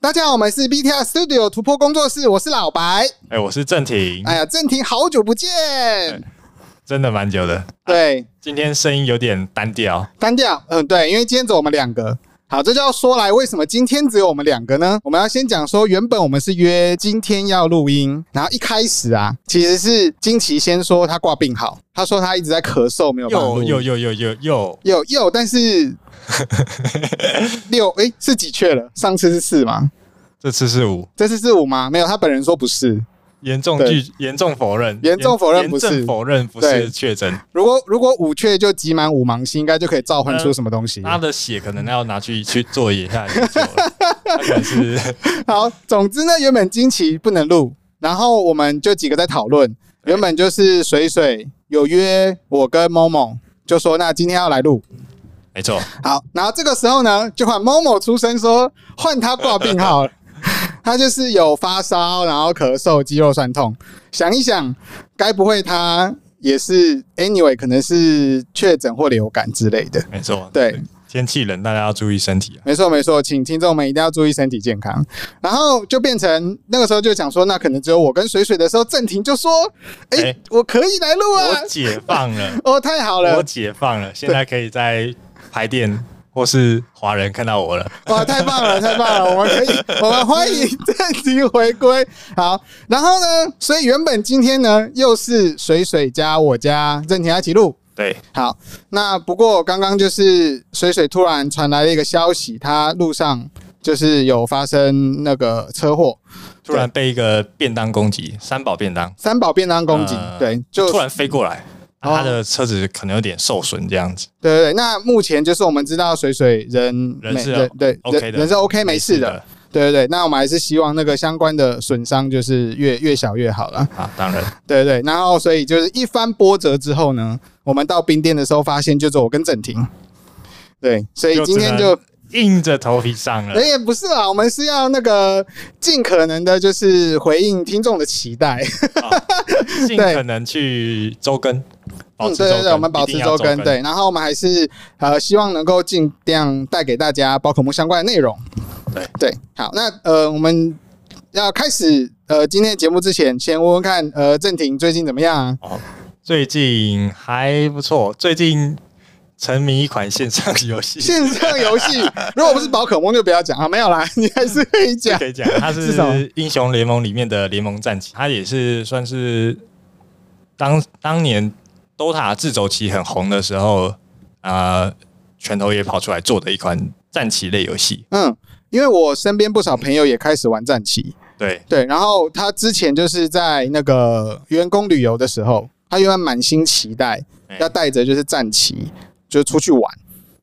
大家好，我们是 BTR Studio 突破工作室，我是老白。哎、我是郑婷，哎呀，正廷好久不见，真的蛮久的。对，今天声音有点单调，单调，嗯，对，因为今天只有我们两个。好，这就要说来，为什么今天只有我们两个呢？我们要先讲说，原本我们是约今天要录音，然后一开始啊，其实是金奇先说他挂病号，他说他一直在咳嗽，没有办法录又音又又又又又有有，但 是六诶，是几确了？上次是四吗？这次是五，这次是五吗？没有，他本人说不是。严重对拒，严重否认，严重否认严不是严正否认不对是确诊，如果如果五确就集满五芒星，应该就可以召唤出什么东西。他的血可能要拿去去做一下研 究了，他可能是好，总之呢，原本惊奇不能录，然后我们就几个在讨论，原本就是水水有约我跟某某，就说那今天要来录。没错，好，然后这个时候呢，就换某某出声说换他挂病号了。 他就是有发烧，然后咳嗽、肌肉酸痛。想一想，该不会他也是 anyway 可能是确诊或流感之类的？没错， 对，天气冷，大家要注意身体啊。没错没错，请听众们一定要注意身体健康。然后就变成那个时候就讲说，那可能只有我跟水水的时候，郑婷就说：“哎、哎我可以来录啊我解放 了，！”哦，太好我了，解放了，现在可以在排店或是华人看到我了。哇，太棒了，太棒了！我们可 以，我们欢迎正题回归。好，然后呢，所以原本今天呢，又是水水加我加正廷一起录。对，好，那不过刚刚就是水水突然传来了一个消息，他路上就是有发生那个车祸，突然被一个便当攻击，三宝便当。三宝便当攻击，呃对，就突然飞过来，哦他的车子可能有点受损这样子。对对对。那目前就是我们知道水水人人没是对人 OK 的人是 OK 没事的，的对对对。那我们还是希望那个相关的损伤就是越越小越好啦。啊，当然对对，然后所以就是一番波折之后呢，我们到冰店的时候发现，就是我跟郑婷，对，所以就今天只能嗯就哎硬着头皮上了人。也不是啊啦，我们是要那个尽可能的，就是回应听众的期待。尽可能去周更，保持周嗯对对更，对，我们保一持定要周周更更，，对，然后我们还是呃希望能够尽量带给大家宝可梦相关的内容。对对，好，那呃我们要开始呃今天的节目之前，先问问看呃郑婷最近怎么样啊？哦最近还不错，最近沉迷一款线上游戏。线上游戏，如果不是宝可梦就不要讲啊，没有啦， 你还是可以讲 可。以讲，它是什么是英雄联盟里面的联盟战棋，它也是算是当当年 DOTA 自走棋很红的时候，啊，拳头也跑出来做的一款战棋类游戏。嗯，因为我身边不少朋友也开始玩战棋，对，对，然后他之前就是在那个员工旅游的时候，他原本满心期待哎要带着就是战棋，就出去玩。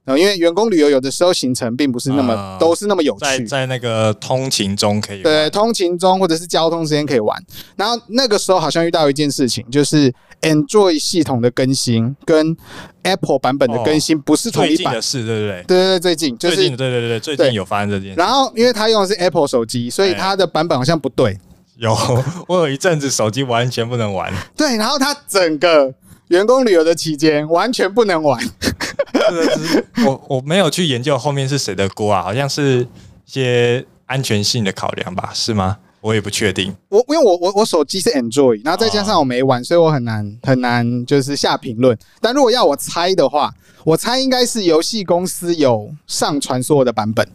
然后因为员工旅游有的时候行程并不是那么、啊都是那么有在趣，在那个通勤中可以对，玩通勤中或者是交通时间可以玩。然后那个时候好像遇到一件事情，就是 Android 系统的更新跟 Apple 版本的更新不是同最一近版。的事，对不对对？对对，最近就最是近，对对对，最近有发生这件事。然后因为他用的是 Apple 手机，所哎以他的版本好像不对。有，我有一阵子手机完全不能玩，对，然后他整个员工旅游的期间完全不能玩。这个是我我没有去研究后面是谁的锅啊，好像是一些安全性的考量吧，是吗？我也不确定。我因为我我我手机是 Android，然后再哦加上我没玩，所以我很难很难就是下评论。但如果要我猜的话，我猜应该是游戏公司有上传所有的版本，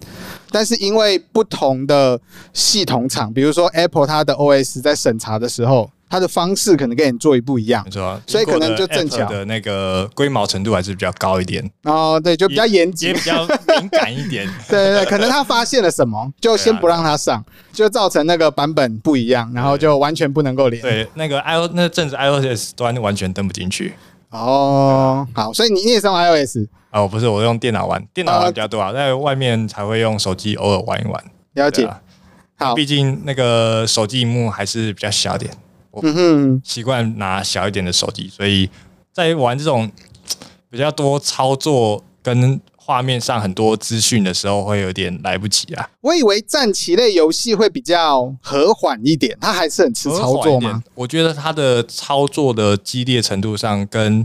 但是因为不同的系统厂，比如说 Apple 它的 OS 在审查的时候，它的方式可能跟 Android 不一样没。错啊，所以可能就正正巧的那个龟毛程度还是比较高一点，哦，对，就比较严谨也，比较敏感一点。 对对对，可能他发现了什么，就先不让他上，就造成那个版本不一样，然后就完全不能够连。对，那个 i o 那阵子 iOS 端完全登不进去。哦，好，所以你你也是用 iOS，哦，不是，我用电脑玩，电脑玩比较多啊，在外面才会用手机偶尔玩一玩。了对解。啊，好，毕竟那个手机荧幕还是比较小一点，嗯哼，习惯拿小一点的手机，所以在玩这种比较多操作跟画面上很多资讯的时候，会有点来不及啊。我以为战棋类游戏会比较和缓一点，它还是很吃操作和缓一嘛点。？我觉得它的操作的激烈程度上，跟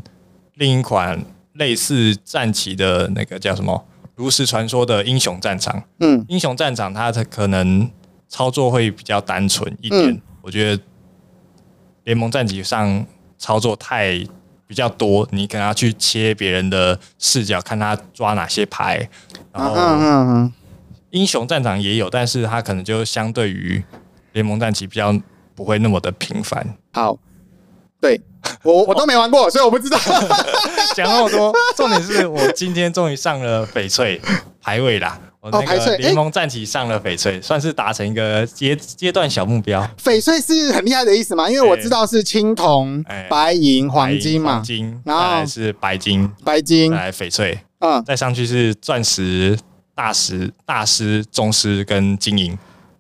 另一款类似战棋的那个叫什么《炉石传说的英雄战场，嗯英雄战场它的可能操作会比较单纯一点。嗯我觉得联盟战局上操作太比较多，你可能要去切别人的视角，看他抓哪些牌。然嗯嗯后嗯英雄战场也有，但是它可能就相对于联盟战旗比较不会那么的频繁。嗯，好，对 我我都没玩过，所以我不知 道。 讲那么多，重点是我今天终于上了翡翠排位啦。我哦那翡翠个哎联盟战旗上了翡翠，算是达成一个阶阶段小目标。翡翠是很厉害的意思嘛？因为我知道是青铜哎、白银、黄金黄嘛，金，然再后嗯来是白金，白金再，来翡翠，嗯，再上去是钻石、大石、大师、宗师跟金银，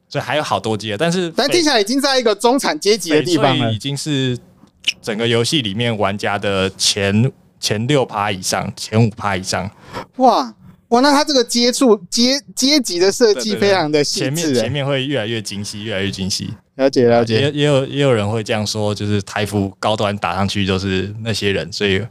所以还有好多阶。但是但听起来已经在一个中产阶级的翡地方啊了翠已。经是整个游戏里面玩家的前前六趴以上，前五趴以上，哇哇，那它这个接触阶阶级的设计对对对非常的细前面致、前哎面会越来越精细，越来越精细。了解了也解，也有也有人会这样说，就是台服高端打上去就是那些人，所以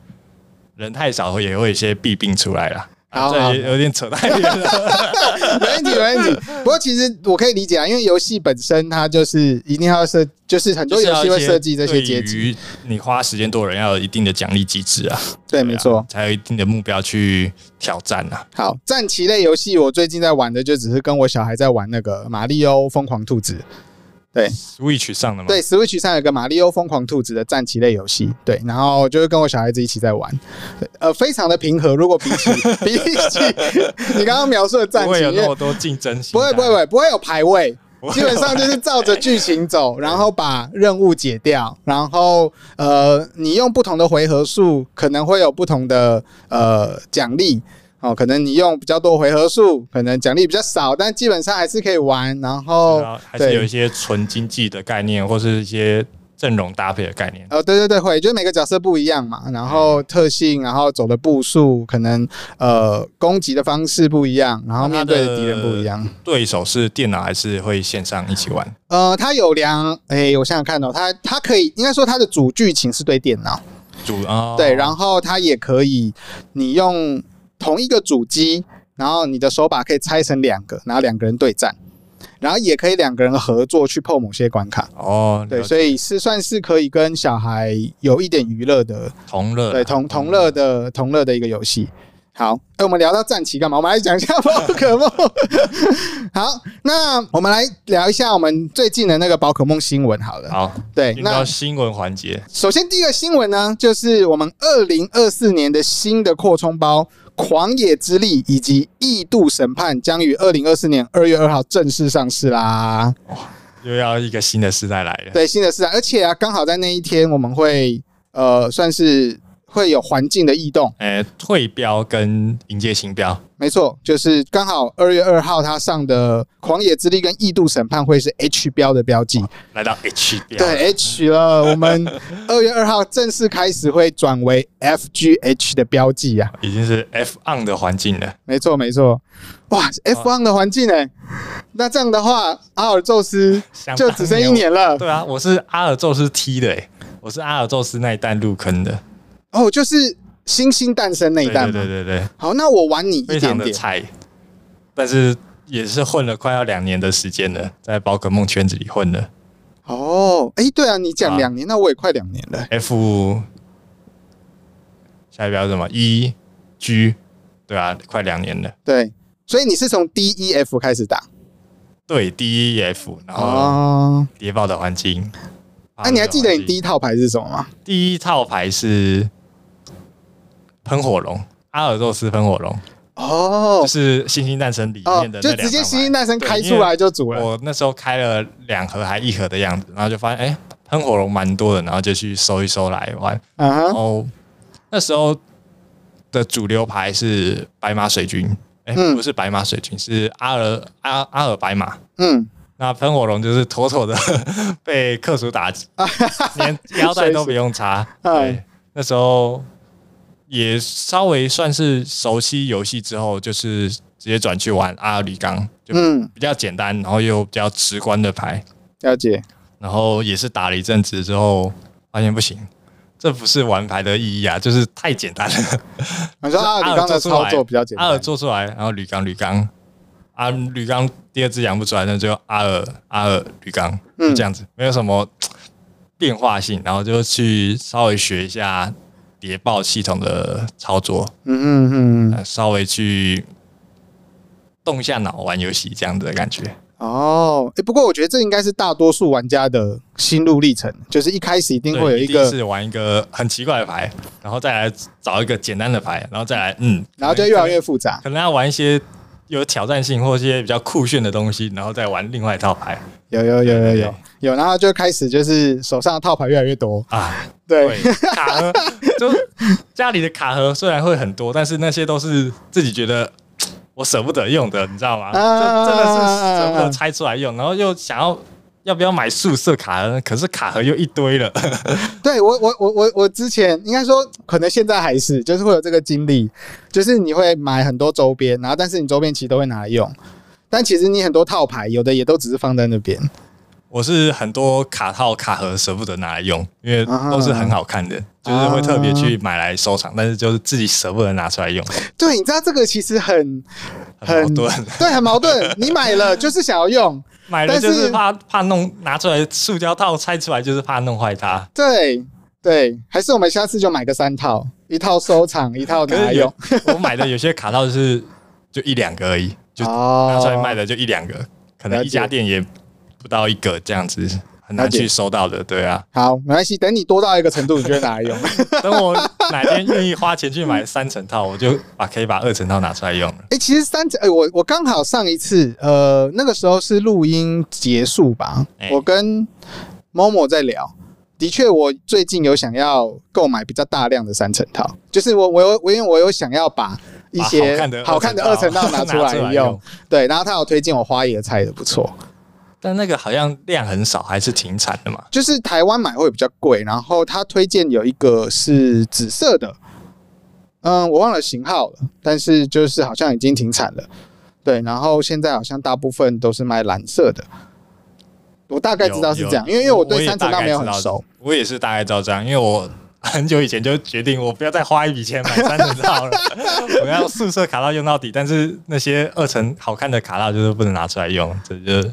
人太少也会有一些弊病出来了。啊好这好也有点扯太 远了。没问题没问 题。不过其实我可以理解啊，因为游戏本身它就是一定要设，就是很多游戏会设计这些阶级，，你花时间多的人要有一定的奖励机制啊，对，对没啊错。才有一定的目标去挑战啊。好，战棋类游戏我最近在玩的就只是跟我小孩在玩那个《马里欧疯狂兔子》。嗯 Switch 上的嘛，对，Switch 上有个《马里欧疯狂兔子》的战棋类游戏，对，然后就是跟我小孩子一起在玩，对呃，非常的平和。如果比起比起你刚刚描述的战不棋，会有因那为么多竞争啊性。不会不会不，会不会有排位不会，基本上就是照着剧情走，然后把任务解掉，然后呃，你用不同的回合数可能会有不同的呃奖励。哦，可能你用比较多回合数，可能奖励比较少，但基本上还是可以玩。然后然后还哦对是有一些纯经济的概念，或是一些阵容搭配的概念。呃，对对对，会，就是每个角色不一样嘛，然后特性，然后走的步数，可能呃攻击的方式不一样，然后面对的敌人不一样。对手是电脑还是会线上一起玩？呃，它有两，哎，我想想看哦，它它可以应该说它的主剧情是对电脑，主啊，对，然后它也可以你用同一个主机，然后你的手把可以拆成两个，然后两个人对战，然后也可以两个人合作去破某些关卡。哦，对，了所以是算是可以跟小孩有一点娱乐的同乐啦对啊同同乐的同乐的一个游戏。好，哎、我们聊到战棋干嘛？我们来讲一下宝可 梦。好，那我们来聊一下我们最近的那个宝可梦新闻好了。好，对，进哎那到新闻环节，首先第一个新闻呢，就是我们二零二四年的新的扩充包《狂野之力》以及《异度审判》将于二零二四年二月二号正式上市啦。又要一个新的时代来了。对，新的市场，而且啊，刚好在那一天我们会呃，算是会有环境的异动。诶，哎退标跟迎接新标，没错，就是刚好二月二号他上的《狂野之力》跟《异度审判》会是 H 标的标记，来到 H 标，对 H 了。我 们二月二号正式开始会转为 FGH 的标记啊，已经是 F on 的环境了。没错没错，哇，F1 的环境哎、那这样的话，阿尔宙斯想就只剩一年了当年我。对啊，我是阿尔宙斯 T 的、欸，我是阿尔宙斯那一代入坑的，哦，就是星星诞生那一对代对嘛。对对对，好，那我玩你一非常点的点。菜，但是也是混了快要两年的时间了，在宝可梦圈子里混了哦，哎、对啊，你讲啊两年，那我也快两年了。 F，下一标是什么 E G，对啊，快两年了，对，所以你是从 D E F 开始打对 D E F，然后哦。谍报的环境。那、啊你还记得你第第一套牌是什么吗？第一套牌是喷火龙，阿尔宙斯喷火龙，就哦是《星星诞生》里哦面的，那就两张牌、直接星星诞生对开出。来就因组为了。我那时候开了两盒还一盒的样子，然后就发现哎，诶喷火龙蛮多的，然后就去收一收来玩。嗯然哼，后哦那时候的主流牌是白马水军，哎、嗯不是白马水军，是阿尔阿阿尔白马。嗯，那喷火龙就是妥妥的 被克苏 打击，连腰带都不用插。对哎，那时候也稍微算是熟悉游戏之后，就是直接转去玩阿尔里冈，就嗯比较简单，然后又比较直观的牌。了解。然后也是打了一阵子之后，发现不行，这不是玩牌的意义啊，就是太简 单了。你说阿尔阿比尔刚的做出来操作比较简阿尔单，做出来，然后铝钢铝钢，啊铝钢第二只养不出来，那就阿尔阿尔铝钢，嗯就这样子，没有什么嘖变化性，然后就去稍微学一下谍报系统的操作，嗯嗯嗯，呃稍微去动一下脑玩游戏这样子的感觉。哦，诶不过我觉得这应该是大多数玩家的心路历程，就是一开始一定会有对，一定个，是玩一个很奇怪的牌，然后再来找一个简单的牌，然后再来嗯，然后就越来越复杂。可能要玩一些有挑战性或一些比较酷炫的东西，然后再玩另外一套牌有有有有对对有对有，然后就开始就是手上的套牌越来越多，啊。对，卡盒，就家里的卡盒虽然会很多，但是那些都是自己觉得我舍不得用的，你知道吗？啊这真的是舍不得拆出来用，然后又想要。要不要买素色卡盒？可是卡盒又一堆了，对我我我我我之前应该说，可能现在还是就是会有这个经历，就是你会买很多周边，然后但是你周边其实都会拿来用，但其实你很多套牌有的也都只是放在那边。我是很多卡套卡盒舍不得拿来用，因为都是很好看啊的，就是会特别去买来收藏，但是就是自己舍不得拿出来用，对，你知道这个其实很很矛 盾。对，很矛盾。你买了就是想要用，买了就但是是怕怕弄拿出来塑胶套拆出来，就是怕弄坏它。对对，还是我们下次就买个三套，一套收藏，一套拿可来是用有， 我买的有些卡套是就一两个而已，就拿拿出来卖的就一两个，可能一家店也不到一个这样子，很难去收到的。对啊，好，没关系，等你多到一个程度，你就会拿来用。等我哪天愿意花钱去买三层套，我就把可以把二层套拿出来用了。哎、其实三层，哎、我我刚好上一次，呃，那个时候是录音结束吧，哎我跟 Momo 在聊。的确，我最近有想要购买比较大量的三层套，就是我我有我因为我有想要把一把些好看的好看的二层套拿出拿来出来用，，对，然后他有推荐我花野菜的不错，但那个好像量很少，还是挺惨的嘛。就是台湾买会比较贵，然后他推荐有一个是紫色的，嗯，我忘了型号了，但是就是好像已经停产了，对，然后现在好像大部分都是卖蓝色的，我大概知道是这样，有因为因为我对也三层大浪概没有知很道熟，我也是大概照这样，因为我很久以前就决定我不要再花一笔钱买三层套 了，我要宿舍卡套用到底，但是那些二层好看的卡套就是不能拿出来用，这就是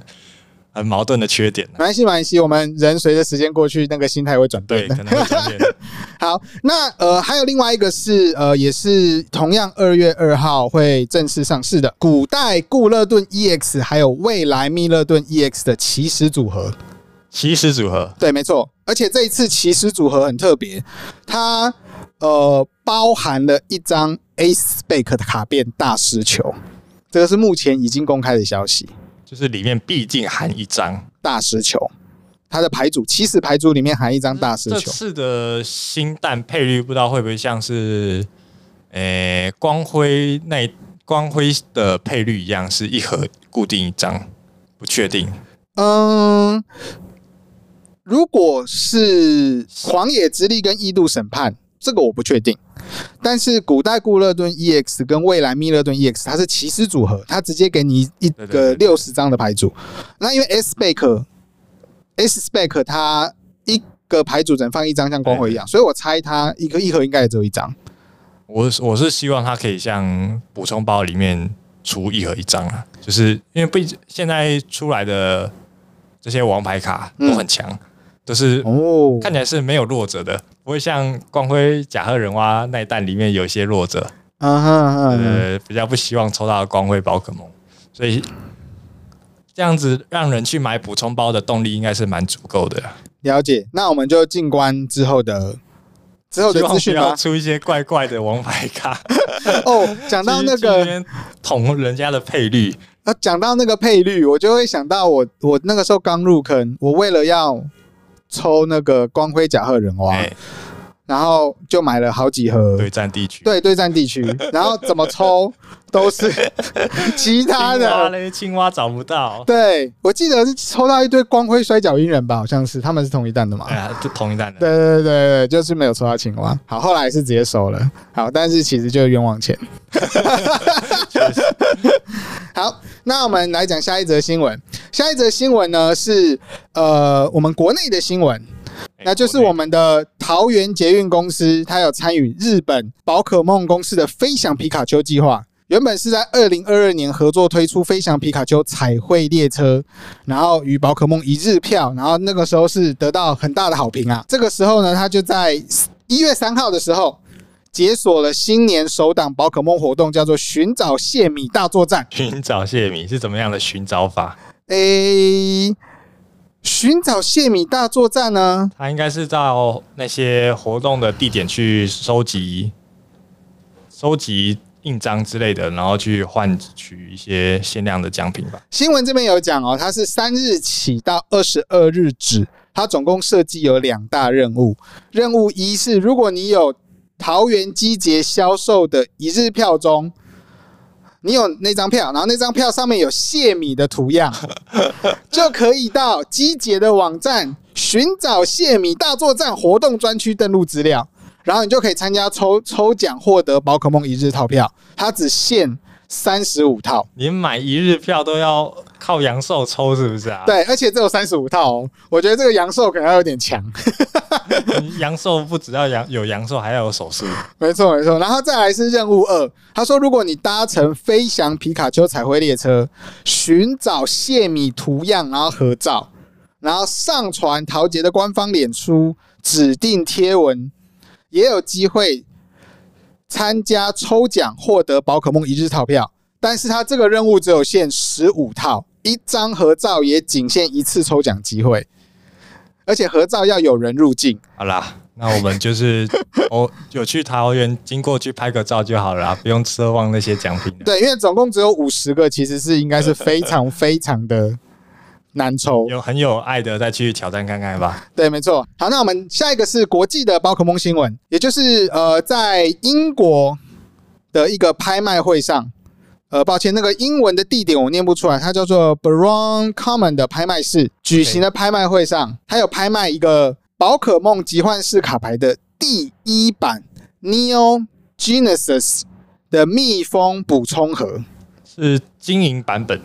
很矛盾的缺点、啊、没关系，没关系，我们人随着时间过去，那个心态会转变对，的。可能会转变。好，那呃，还有另外一个是呃，也是同样二月二号会正式上市的古代固勒顿 EX，还有未来密勒顿 EX 的起始组合。起始组合对，没错。而且这一次起始组合很特别，它呃包含了一张 Ace Spec 的卡片大师球，这个是目前已经公开的消息。就是里面毕竟含一张大师球，它的牌组起始牌组里面含一张大师这球。次的新蛋配率不知道会不会像是，诶、光辉那光辉的配率一样，是一盒固定一张，不确定。嗯，如果是狂野之力跟异度审判，这个我不确定。但是古代固勒顿 EX 跟未来密勒顿 EX，它是骑士组合，它直接给你一个对对对六十张的牌组。那因为 S spec S spec 它一个牌组只能放一张，像光辉一样，所以我猜它一个一盒应该也只有一张。我是我是希望它可以像补充包里面出一盒一张啊，就是因为不现在出来的这些王牌卡都很强，都是哦看起来是没有弱者的，不会像光辉甲贺忍蛙那一弹里面有一些弱者，嗯哼哼哼，呃，比较不希望抽到光辉宝可梦，所以这样子让人去买补充包的动力应该是蛮足够的。了解。那我们就静观之后的之后希的望资不讯吧 要。出一些怪怪的王牌卡，哦，讲到那去个那。边捅人家的配率。啊，讲到那个配率，我就会想到我我那个时候刚入坑，我为了要抽那个光辉甲贺人蛙，哎、然后就买了好几盒。对战地区，对对战地 区，然后怎么抽都 是其他青蛙的。嘞，青蛙找不到。啊对，我记得是抽到一堆光辉摔角鹰人吧，好像是他们是同一弹的嘛。哎呀，这同一代的，对对对对，就是没有抽到青蛙。好，后来是直接收了。好，但是其实就是冤枉钱。 好，那我们来讲下一则新闻。下一则新闻呢是呃我们国内的新闻，哎那就是我们的桃园捷运公司，它有参与日本宝可梦公司的飞翔皮卡丘计划。原本是在二零二二年合作推出飞翔皮卡丘彩绘列车，然后与宝可梦一日票，然后那个时候是得到很大的好评啊。这个时候呢，它就在一月三号的时候解锁了新年首档宝可梦活动，叫做“寻找谢米大作战”。寻找谢米是怎么样的寻找法？诶，寻找谢米大作战呢？他应该是到那些活动的地点去收集、收集印章之类的，然后去换取一些限量的奖品吧。新闻这边有讲哦，它是三日起到二十二日止，它总共设计有两大任务。任务一是，如果你有桃园机捷销售的一日票中，你有那张票，然后那张票上面有谢米的图样， 就可以到机捷的网站寻找谢米大作战活动专区登录资料，然后你就可以参加抽抽奖，获得宝可梦一日套票，它只限三十五套。你买一日票都要靠阳寿抽，是不是啊？，对，而且只有三十五套哦。我觉得这个阳寿可能要有点强，阳寿不只要阳有阳寿，还要有手术。 没错没错。然后再来是任务二，他说如果你搭乘飞翔皮卡丘彩绘列车，寻找谢米图样，然后合照，然后上传陶杰的官方脸书指定贴文，也有机会参加抽奖获得宝可梦一日套票。但是他这个任务只有限十五套，一张合照也仅限一次抽奖机会，而且合照要有人入境。好啦，那我们就是 哦，有去桃园经过去拍个照就好了啦，不用奢望那些奖品了。啊对，因为总共只有五十个，其实是应该是非常非常的难抽。有很有爱的再去挑战看看吧。对，没错。好，那我们下一个是国际的宝可梦新闻，也就是呃，在英国的一个拍卖会上，呃，抱歉，那个英文的地点我念不出来，它叫做 Baron Common 的拍卖室举行的拍卖会上，它有拍卖一个宝可梦集幻式卡牌的第一版 Neo Genesis 的蜜蜂补充盒。是经营版本，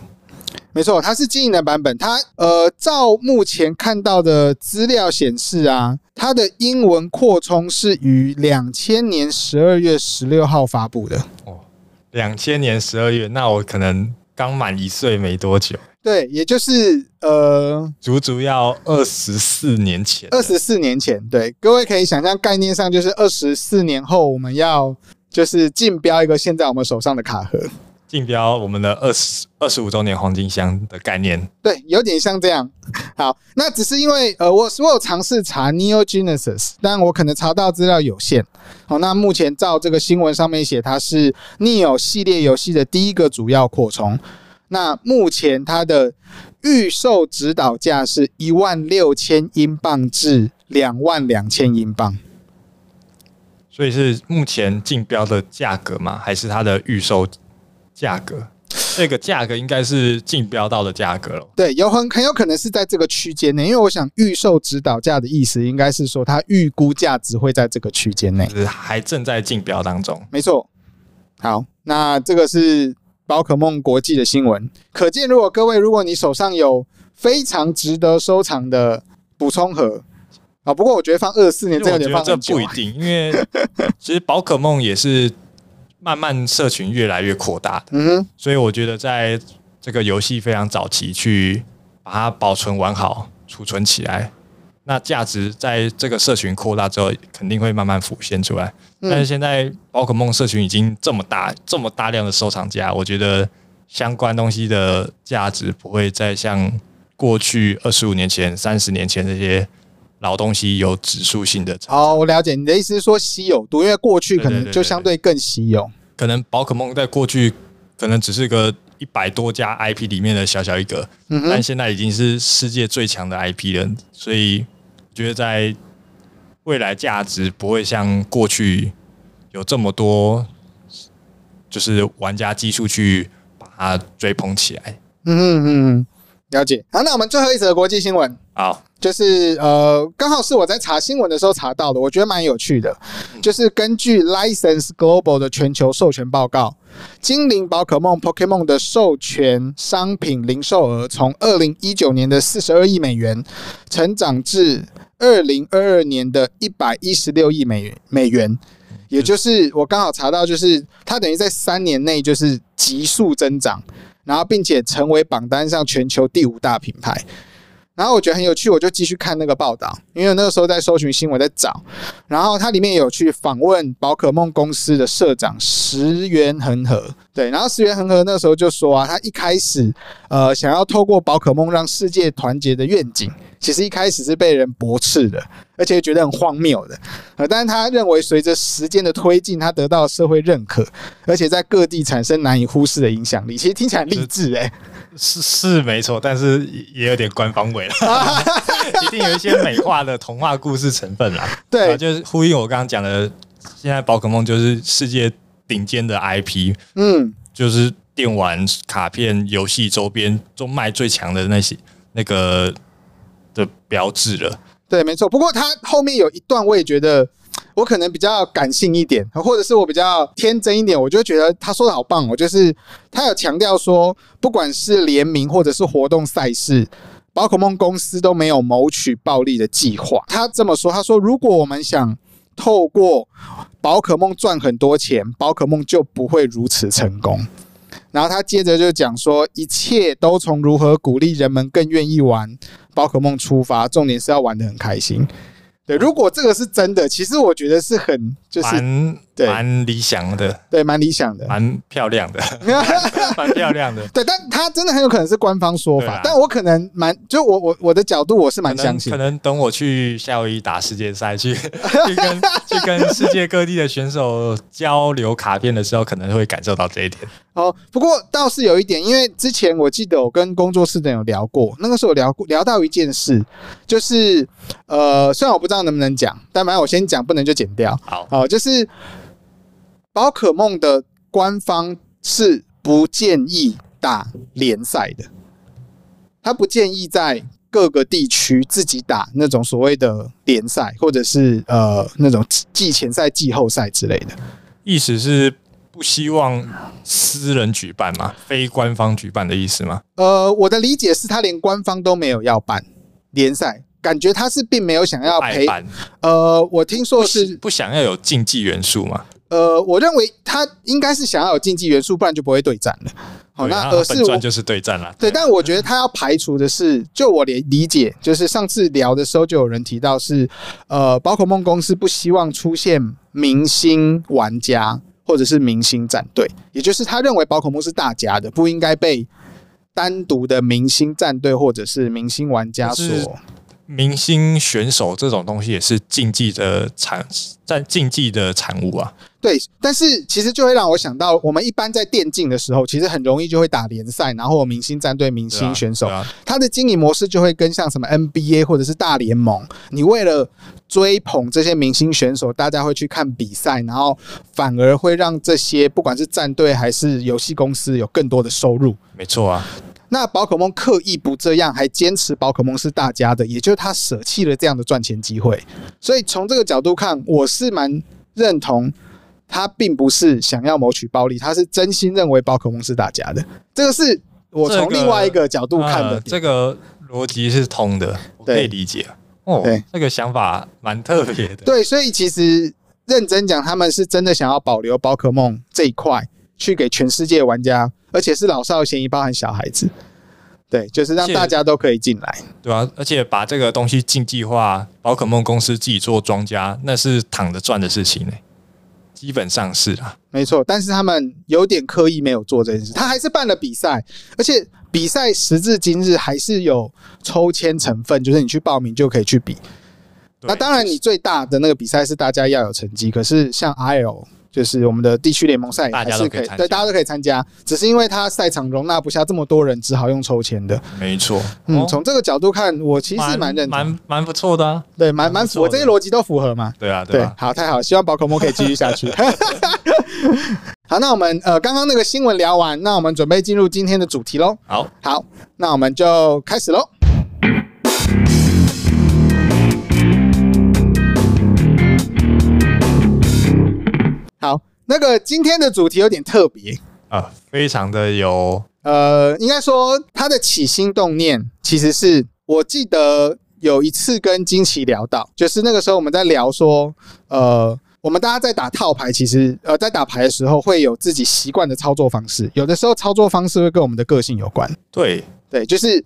没错，它是经营的版本。它呃，照目前看到的资料显示啊，它的英文扩充是于两千年十二月十六号发布的。两千年十二月，那我可能刚满一岁没多久，对，也就是呃足足要二十四年前。二十四年前。对，各位可以想象，概念上就是二十四年后我们要就是竞标一个现在我们手上的卡盒。竞标我们的二十二十五周年黄金箱的概念，对，有点像这样。好，那只是因为呃，我我有尝试查 Neo Genesis，但我可能查到资料有限。好，那目前照这个新闻上面写，它是 Neo 系列游戏的第一个主要扩充。那目前它的预售指导价是一万六千英镑至两万两千英镑。所以是目前竞标的价格吗？还是它的预售价格？这个价格应该是竞标到的价格了。对，有很很有可能是在这个区间内，因为我想预售指导价的意思应该是说它预估价值会在这个区间内。就是还正在竞标当中。没错。好，那这个是宝可梦国际的新闻。可见，如果各位如果你手上有非常值得收藏的补充盒啊，不过我觉得放二十四其年实这有我点觉放得这很久啊不一定，因为其实宝可梦也是慢慢社群越来越扩大的，嗯哼，所以我觉得在这个游戏非常早期去把它保存完好、储存起来，那价值在这个社群扩大之后，肯定会慢慢浮现出来。嗯但是现在宝可梦社群已经这么大、这么大量的收藏家，我觉得相关东西的价值不会再像过去二十五年前、三十年前这些老东西有指数性的，好，我了解你的意思是说稀有度，因为过去可对对能对就相对更稀有。可能宝可梦在过去可能只是个一百多家 IP 里面的小小一个，嗯哼，但现在已经是世界最强的 IP 了，所以我觉得在未来价值不会像过去有这么多，就是玩家基数去把它追捧起来。嗯哼嗯哼，了解。好，那我们最后一则国际新闻。好，就是呃，刚好是我在查新闻的时候查到的，我觉得蛮有趣的。就是根据 License Global 的全球授权报告，精灵宝可梦 Pokemon 的授权商品零售额从二零一九年的四十二亿美元，成长至二零二二年的一百一十六亿美元美元。也就是我刚好查到，就是它等于在三年内就是急速增长，然后并且成为榜单上全球第五大品牌。然后我觉得很有趣，我就继续看那个报道，因为我那个时候在搜寻新闻在找，然后它里面有去访问宝可梦公司的社长石原恒和，对，然后石原恒和那时候就说啊，他一开始呃想要透过宝可梦让世界团结的愿景，其实一开始是被人驳斥的，而且觉得很荒谬的，呃，但是他认为随着时间的推进，他得到社会认可，而且在各地产生难以忽视的影响力，其实听起来很励志哎、是是没错，但是也有点官方 味了，一定有一些美化的童话故事成分啦。对啊，就是呼应我刚刚讲的，现在宝可梦就是世界顶尖的 IP，嗯，就是电玩、卡片、游戏周边中卖最强的那些那个的标志了。对，没错。不过他后面有一段，我也觉得我可能比较感性一点，或者是我比较天真一点，我就觉得他说的好棒哦。就是他有强调说，不管是联名或者是活动赛事。宝可梦公司都没有谋取暴利的计划。他这么说，他说：“如果我们想透过宝可梦赚很多钱，宝可梦就不会如此成功。”然后他接着就讲说，一切都从如何鼓励人们更愿意玩宝可梦出发，重点是要玩的很开心。对，如果这个是真的，其实我觉得是很就是蛮对蛮理想的，对蛮理想的。蛮漂亮的， 蛮漂亮的。对，但他真的很有可能是官方说对法，啊但我可能蛮就我我我的角度我是 蛮可能相信可，能等我去夏威夷打世界 赛，去去跟去跟世界各地的选手交流卡片的时候，可能会感受到这一点。哦，不过倒是有一点，因为之前我记得我跟工作室的人有聊过，那个时候有聊过聊到一件事，就是呃，虽然我不知道能不能讲，但反正我先讲，不能就剪掉。好，哦，就是宝可梦的官方是不建议打联赛的，他不建议在各个地区自己打那种所谓的联赛，或者是呃那种季季前赛、季后赛之类的。意思是不希望私人举办嘛，非官方举办的意思吗？呃，我的理解是他连官方都没有要办联赛，感觉他是并没有想要爱啊陪。办呃，我听说是不想要有竞技元素嘛？呃，我认为他应该是想要有竞技元素，不然就不会对战了。好，哦对那啊而本是我传就是对战啦。对，但我觉得他要排除的是，就我理理解，就是上次聊的时候就有人提到是，呃，宝可梦公司不希望出现明星玩家或者是明星战队，也就是他认为宝可梦是大家的，不应该被单独的明星战队或者是明星玩家所可是明星选手这种东西也是竞技的产，在竞技的产物啊。对，但是其实就会让我想到，我们一般在电竞的时候，其实很容易就会打联赛，然后有明星战队、明对啊星选手对，啊它的经营模式就会跟像什么 NBA 或者是大联盟，你为了追捧这些明星选手，大家会去看比赛，然后反而会让这些不管是战队还是游戏公司有更多的收入。没错啊，那宝可梦刻意不这样，还坚持宝可梦是大家的，也就是他舍弃了这样的赚钱机会。所以从这个角度看，我是蛮认同。他并不是想要谋取暴利，他是真心认为宝可梦是大家的。这个是我这从个另外一个角度看的呃、这个逻辑是通的，我可对以理解。哦对，这个想法蛮特别的。对，所以其实认真讲，他们是真的想要保留宝可梦这一块，去给全世界玩家，而且是老少咸宜，包含小孩子。对，就是让谢大家都可以进来。对啊，而且把这个东西竞技化，宝可梦公司自己做庄家，那是躺着赚的事情呢、欸基本上是啊，没错，但是他们有点刻意没有做这件事，他还是办了比赛，而且比赛时至今日还是有抽签成分，就是你去报名就可以去比。对那当然，你最大的那个比赛是大家要有成绩，可是像 IL 就是我们的地区联盟赛，嗯大还家是都可可以以参加对大家都可以参加，只是因为它赛场容纳不下这么多人，只好用抽签的。没错。嗯，哦从这个角度看，我其实蛮认同，蛮蛮不错的啊。对，蛮蛮蛮不符合错这的些逻辑都符合嘛。对啊，对对啊，， 好，太好，希望宝可梦可以继续下去。好，那我们呃刚刚那个新闻聊完，那我们准备进入今天的主题喽。好，好，那我们就开始喽。好，那个今天的主题有点特别，呃，非常的有，呃，应该说他的起心动念其实是我记得有一次跟金奇聊到，就是那个时候我们在聊说，呃，我们大家在打套牌，其实呃在打牌的时候会有自己习惯的操作方式，有的时候操作方式会跟我们的个性有关。对，对，就是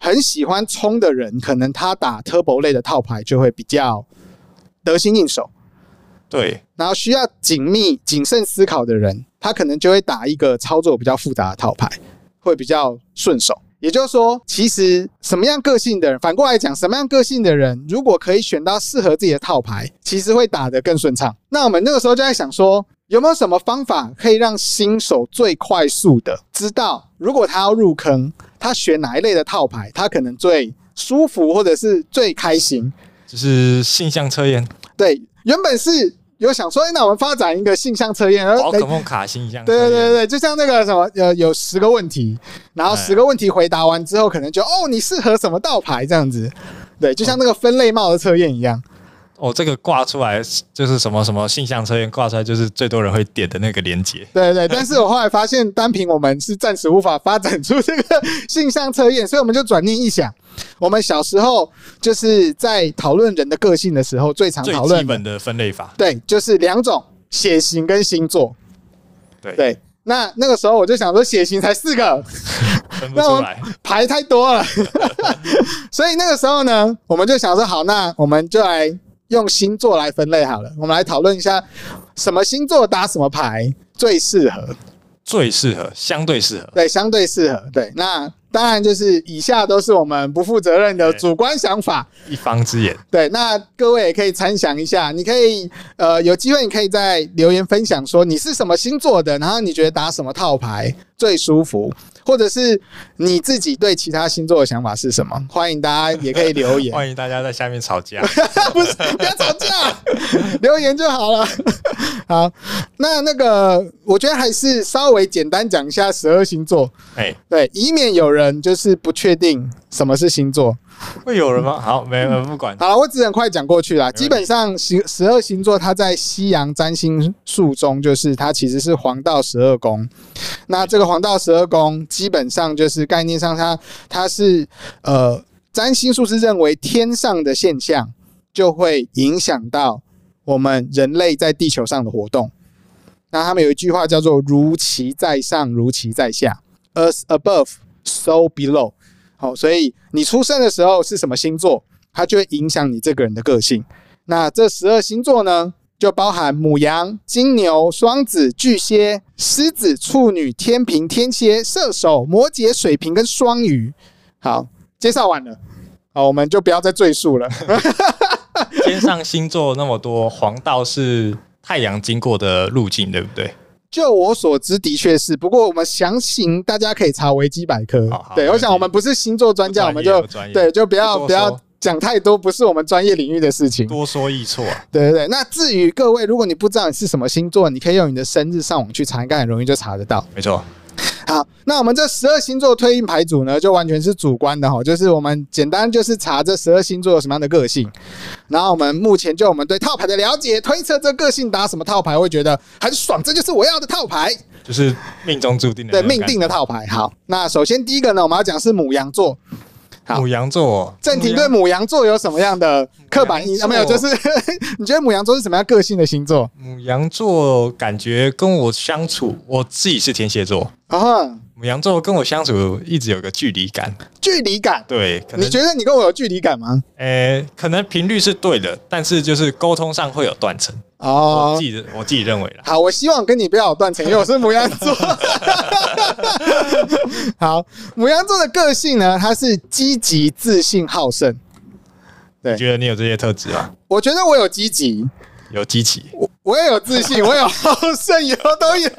很喜欢冲的人，可能他打 Turbo 类的套牌就会比较得心应手。对，然后需要紧密、谨慎思考的人，他可能就会打一个操作比较复杂的套牌，会比较顺手。也就是说，其实什么样个性的人，反过来讲，什么样个性的人，如果可以选到适合自己的套牌，其实会打得更顺畅。那我们那个时候就在想说，有没有什么方法可以让新手最快速的知道，如果他要入坑，他选哪一类的套牌，他可能最舒服或者是最开心？就是性向测验，对，原本是有想说，哎、那我们发展一个性向测验，然后宝可梦卡性向测呃对对验，对对，就像那个什么，呃，有十个问题，然后哎十个问题回答完之后，可能就哦，你适合什么道牌这样子。对，就像那个分类帽的测验一样。哦，这个挂出来就是什么什么性向测验挂出来，就是最多人会点的那个连接。对 对对，但是我后来发现，单凭我们是暂时无法发展出这个性向测验，所以我们就转念一想，我们小时候就是在讨论人的个性的时候，最常最讨基论本的分类法，对，就是两种血型跟星座。对，对，那那个时候我就想说，血型才四个， 分不那我出们来。牌太多了， 所以那个时候呢，我们就想说，好，那我们就来用星座来分类好了。我们来讨论一下，什么星座打什么牌最适合？最适合，相对适合。对，相对适合。对，那当然就是以下都是我们不负责任的对主观想法。一方之言，对，那各位也可以参详一下，你可以呃有机会，你可以在留言分享说你是什么星座的，然后你觉得打什么套牌最舒服，或者是你自己对其他星座的想法是什么？欢迎大家也可以留 言，欢迎大家在下面吵架。 不是不要吵架，留言就好了。好，那那个我觉得还是稍微简单讲一下十二星座，哎，对，以免有人就是不确定什么是星座。会有人 吗？好，没有，不管。好了，我只能快讲过去啦。题基本上十十二星座，它在西洋占星术中，就是它其实是黄道十二宫。那这个黄道十二宫，基本上就是概念上它，它是呃，占星术是认为天上的现象就会影响到我们人类在地球上的活动。那他们有一句话叫做“如其在上，如其在下 ”，as above, so below。好，所以你出生的时候是什么星座，它就会影响你这个人的个性。那这十二星座呢，就包含母羊、金牛、双子、巨蟹、狮子、处女、天平、天蝎、射手、摩羯、水瓶跟双鱼。好，介绍完了，好，我们就不要再赘述了。 天上星座那么多，黄道是太阳经过的路径，对不对？就我所知，的确是。不过我们详情大家可以查维基百科好好。对，没我问题想我们不是星座专家，我不们专业就不专业对，就不要不不多说要讲太多不是我们专业领域的事情。多说一错啊。对对对。那至于各位，如果你不知道你是什么星座，你可以用你的生日上网去查，应该很容易就查得到。没错，好，那我们这十二星座推运牌组呢，就完全是主观的哈，就是我们简单就是查这十二星座有什么样的个性，然后我们目前就我们对套牌的了解，推测这个性打什么套牌会觉得很爽，这就是我要的套牌。就是命中注定的对那种感命觉。定的套牌。好，那首先第一个呢，我们要讲是母羊座。好母羊座，正廷对母羊座有什么样的刻板印象？母 没羊有，就座是你觉得母羊座是什么样个性的星座？母羊座感觉跟我相处，我自己是天蝎座，啊，母羊座跟我相处一直有个距离感。距离感，对，可能你觉得你跟我有距离感吗？呃，可能频率是对的，但是就是沟通上会有断层。我哦自，己的我自己认为啦，好，我希望跟你不要有断层，因为我是母羊座。 好，母羊座的个性呢，它是积极、自信、好胜。你觉得你有这些特质吗？我觉得我有积极，有激起，我我也有自信，我有好胜，有都有。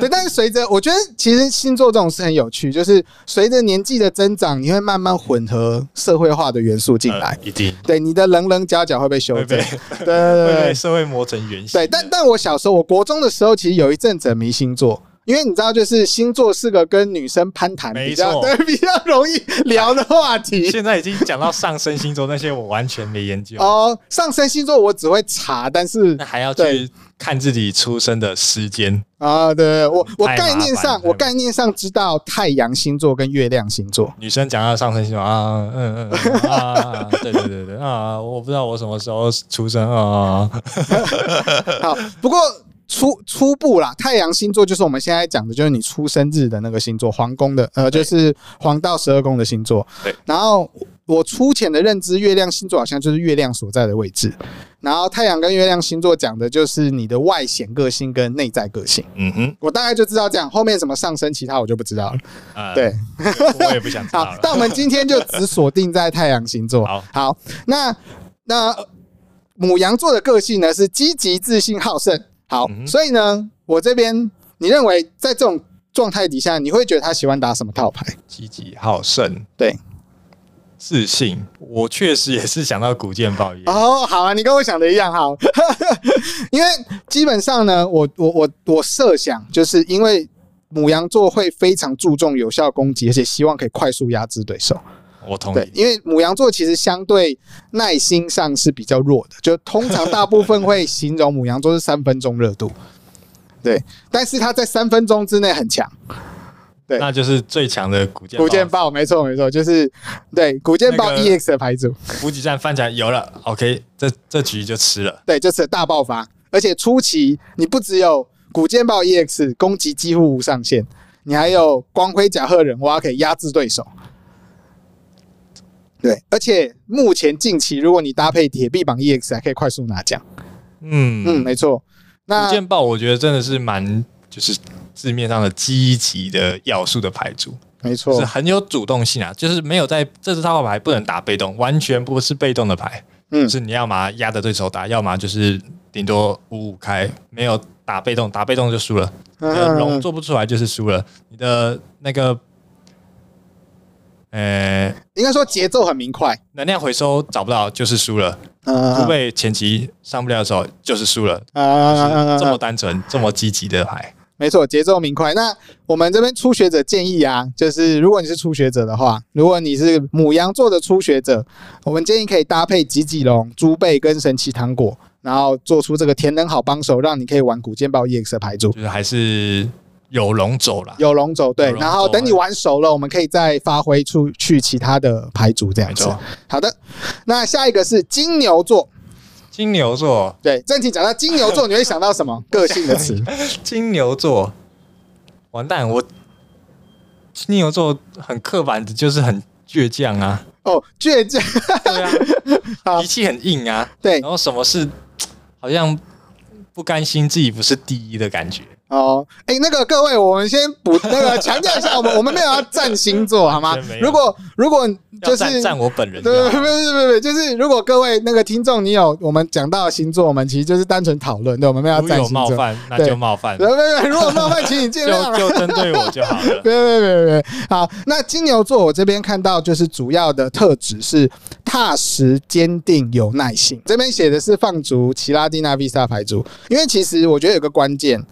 对，但是随着我觉得，其实星座这种事很有趣，就是随着年纪的增长，你会慢慢混合社会化的元素进来。呃一定对，你的棱棱角角会被修会正。被对对对会对被，社会磨成原形的。呃对，但但我小时候，我国中的时候，其实有一阵子很迷星座，因为你知道，就是星座是个跟女生攀谈比较没错对 比较容易聊的话 题。现在已经讲到上升星座那些，我完全没研究。哦，上升星座我只会查，但 是那还要对去看自己出生的时间，啊，对对，对我我太麻概烦念上太麻，烦我概念上知道太阳星座跟月亮星座。女生讲到上升星座啊，嗯嗯 嗯啊，对对对对啊，我不知道我什么时候出生啊， 好，不过初初步啦，太阳星座就是我们现在讲的，就是你出生日的那个星座，皇宫的，呃，就是黄道十二宫的星座。对。然后我粗浅的认知，月亮星座好像就是月亮所在的位置，然后太阳跟月亮星座讲的就是你的外显个性跟内在个性。嗯哼，我大概就知道这样，后面什么上升，其他我就不知道了。啊，对，我也不想知道好了，。但我们今天就只锁定在太阳星座。好，那那母羊座的个性呢是积极、自信、好胜。好，嗯哼所以呢，我这边你认为在这种状态底下，你会觉得他喜欢打什么套牌？积极好胜，对，自信，我确实也是想到古剑爆音，哦，好啊，你跟我想的一样好， 因为基本上呢，我我我我设想就是因为。母羊座会非常注重有效攻击，而且希望可以快速压制对手。我同对意，，因为母羊座其实相对耐心上是比较弱的，就通常大部分会形容母羊座是三分钟热 度，对，但是他在三分钟之内很强。对那就是最强的古剑古剑豹，没错没错，就是对古剑豹那个 EX 的牌组，补给站翻起来有了，OK，这这局就吃了，对，这次大爆发，而且初期你不只有古剑豹 EX 攻击几乎无上限，你还有光辉甲贺忍蛙可以压制对手。对，而且目前近期，如果你搭配铁臂榜 EX，还可以快速拿奖。嗯嗯，没错。那古剑豹，我觉得真的是蛮就是字面上的积极的要素的牌组，没是错，很有主动性啊，就是没有在这支套牌不能打被动，完全不是被动的牌，嗯是你要么压着对手打，要么就是顶多五五开，没有打被动，打被动就输了，嗯你的龙做不出来就是输了，你的那个呃应该说节奏很明快。能量回收找不到就是输了，呃不被前期上不了的时候就是输了。嗯就是这么单纯、这么积极的牌，没错，节奏明快。那我们这边初学者建议啊，就是如果你是初学者的话，如果你是母羊座的初学者，我们建议可以搭配吉吉龙、猪背跟神奇糖果，然后做出这个甜能好帮手，让你可以玩古剑豹 EX 的牌组。就是还是有龙走啦。有龙走对，有龙然后走哎等你玩熟了，我们可以再发挥出去其他的牌组这样没子错。好的，那下一个是金牛座。金牛座，对，正题讲到金牛座，你会想到什么 个性的词？金牛座，完蛋，我金牛座很刻板的，就是很倔强啊，哦，倔强。对好啊， 脾气很硬啊，对然后什么事好像不甘心自己不是第一的感觉，哦，哎，那个各位，我们先补那个强调一下，我们我们没有要占星座好吗完全没？有如果如果就要是赞赞我本人就对，不好，不不不，就是如果各位那个听众，你有我们讲到的星座，我们其实就是单纯讨论，对，我们 没有要如占有星冒座。犯那就冒犯，对就对对，如果冒犯，请你见谅。就针对我就好了。别别别别别，好，那金牛座我这边看到就是主要的特质是踏实、坚定、有耐心。这边写的是放逐奇拉蒂娜 Visa 牌组，因为其实我觉得有个关键。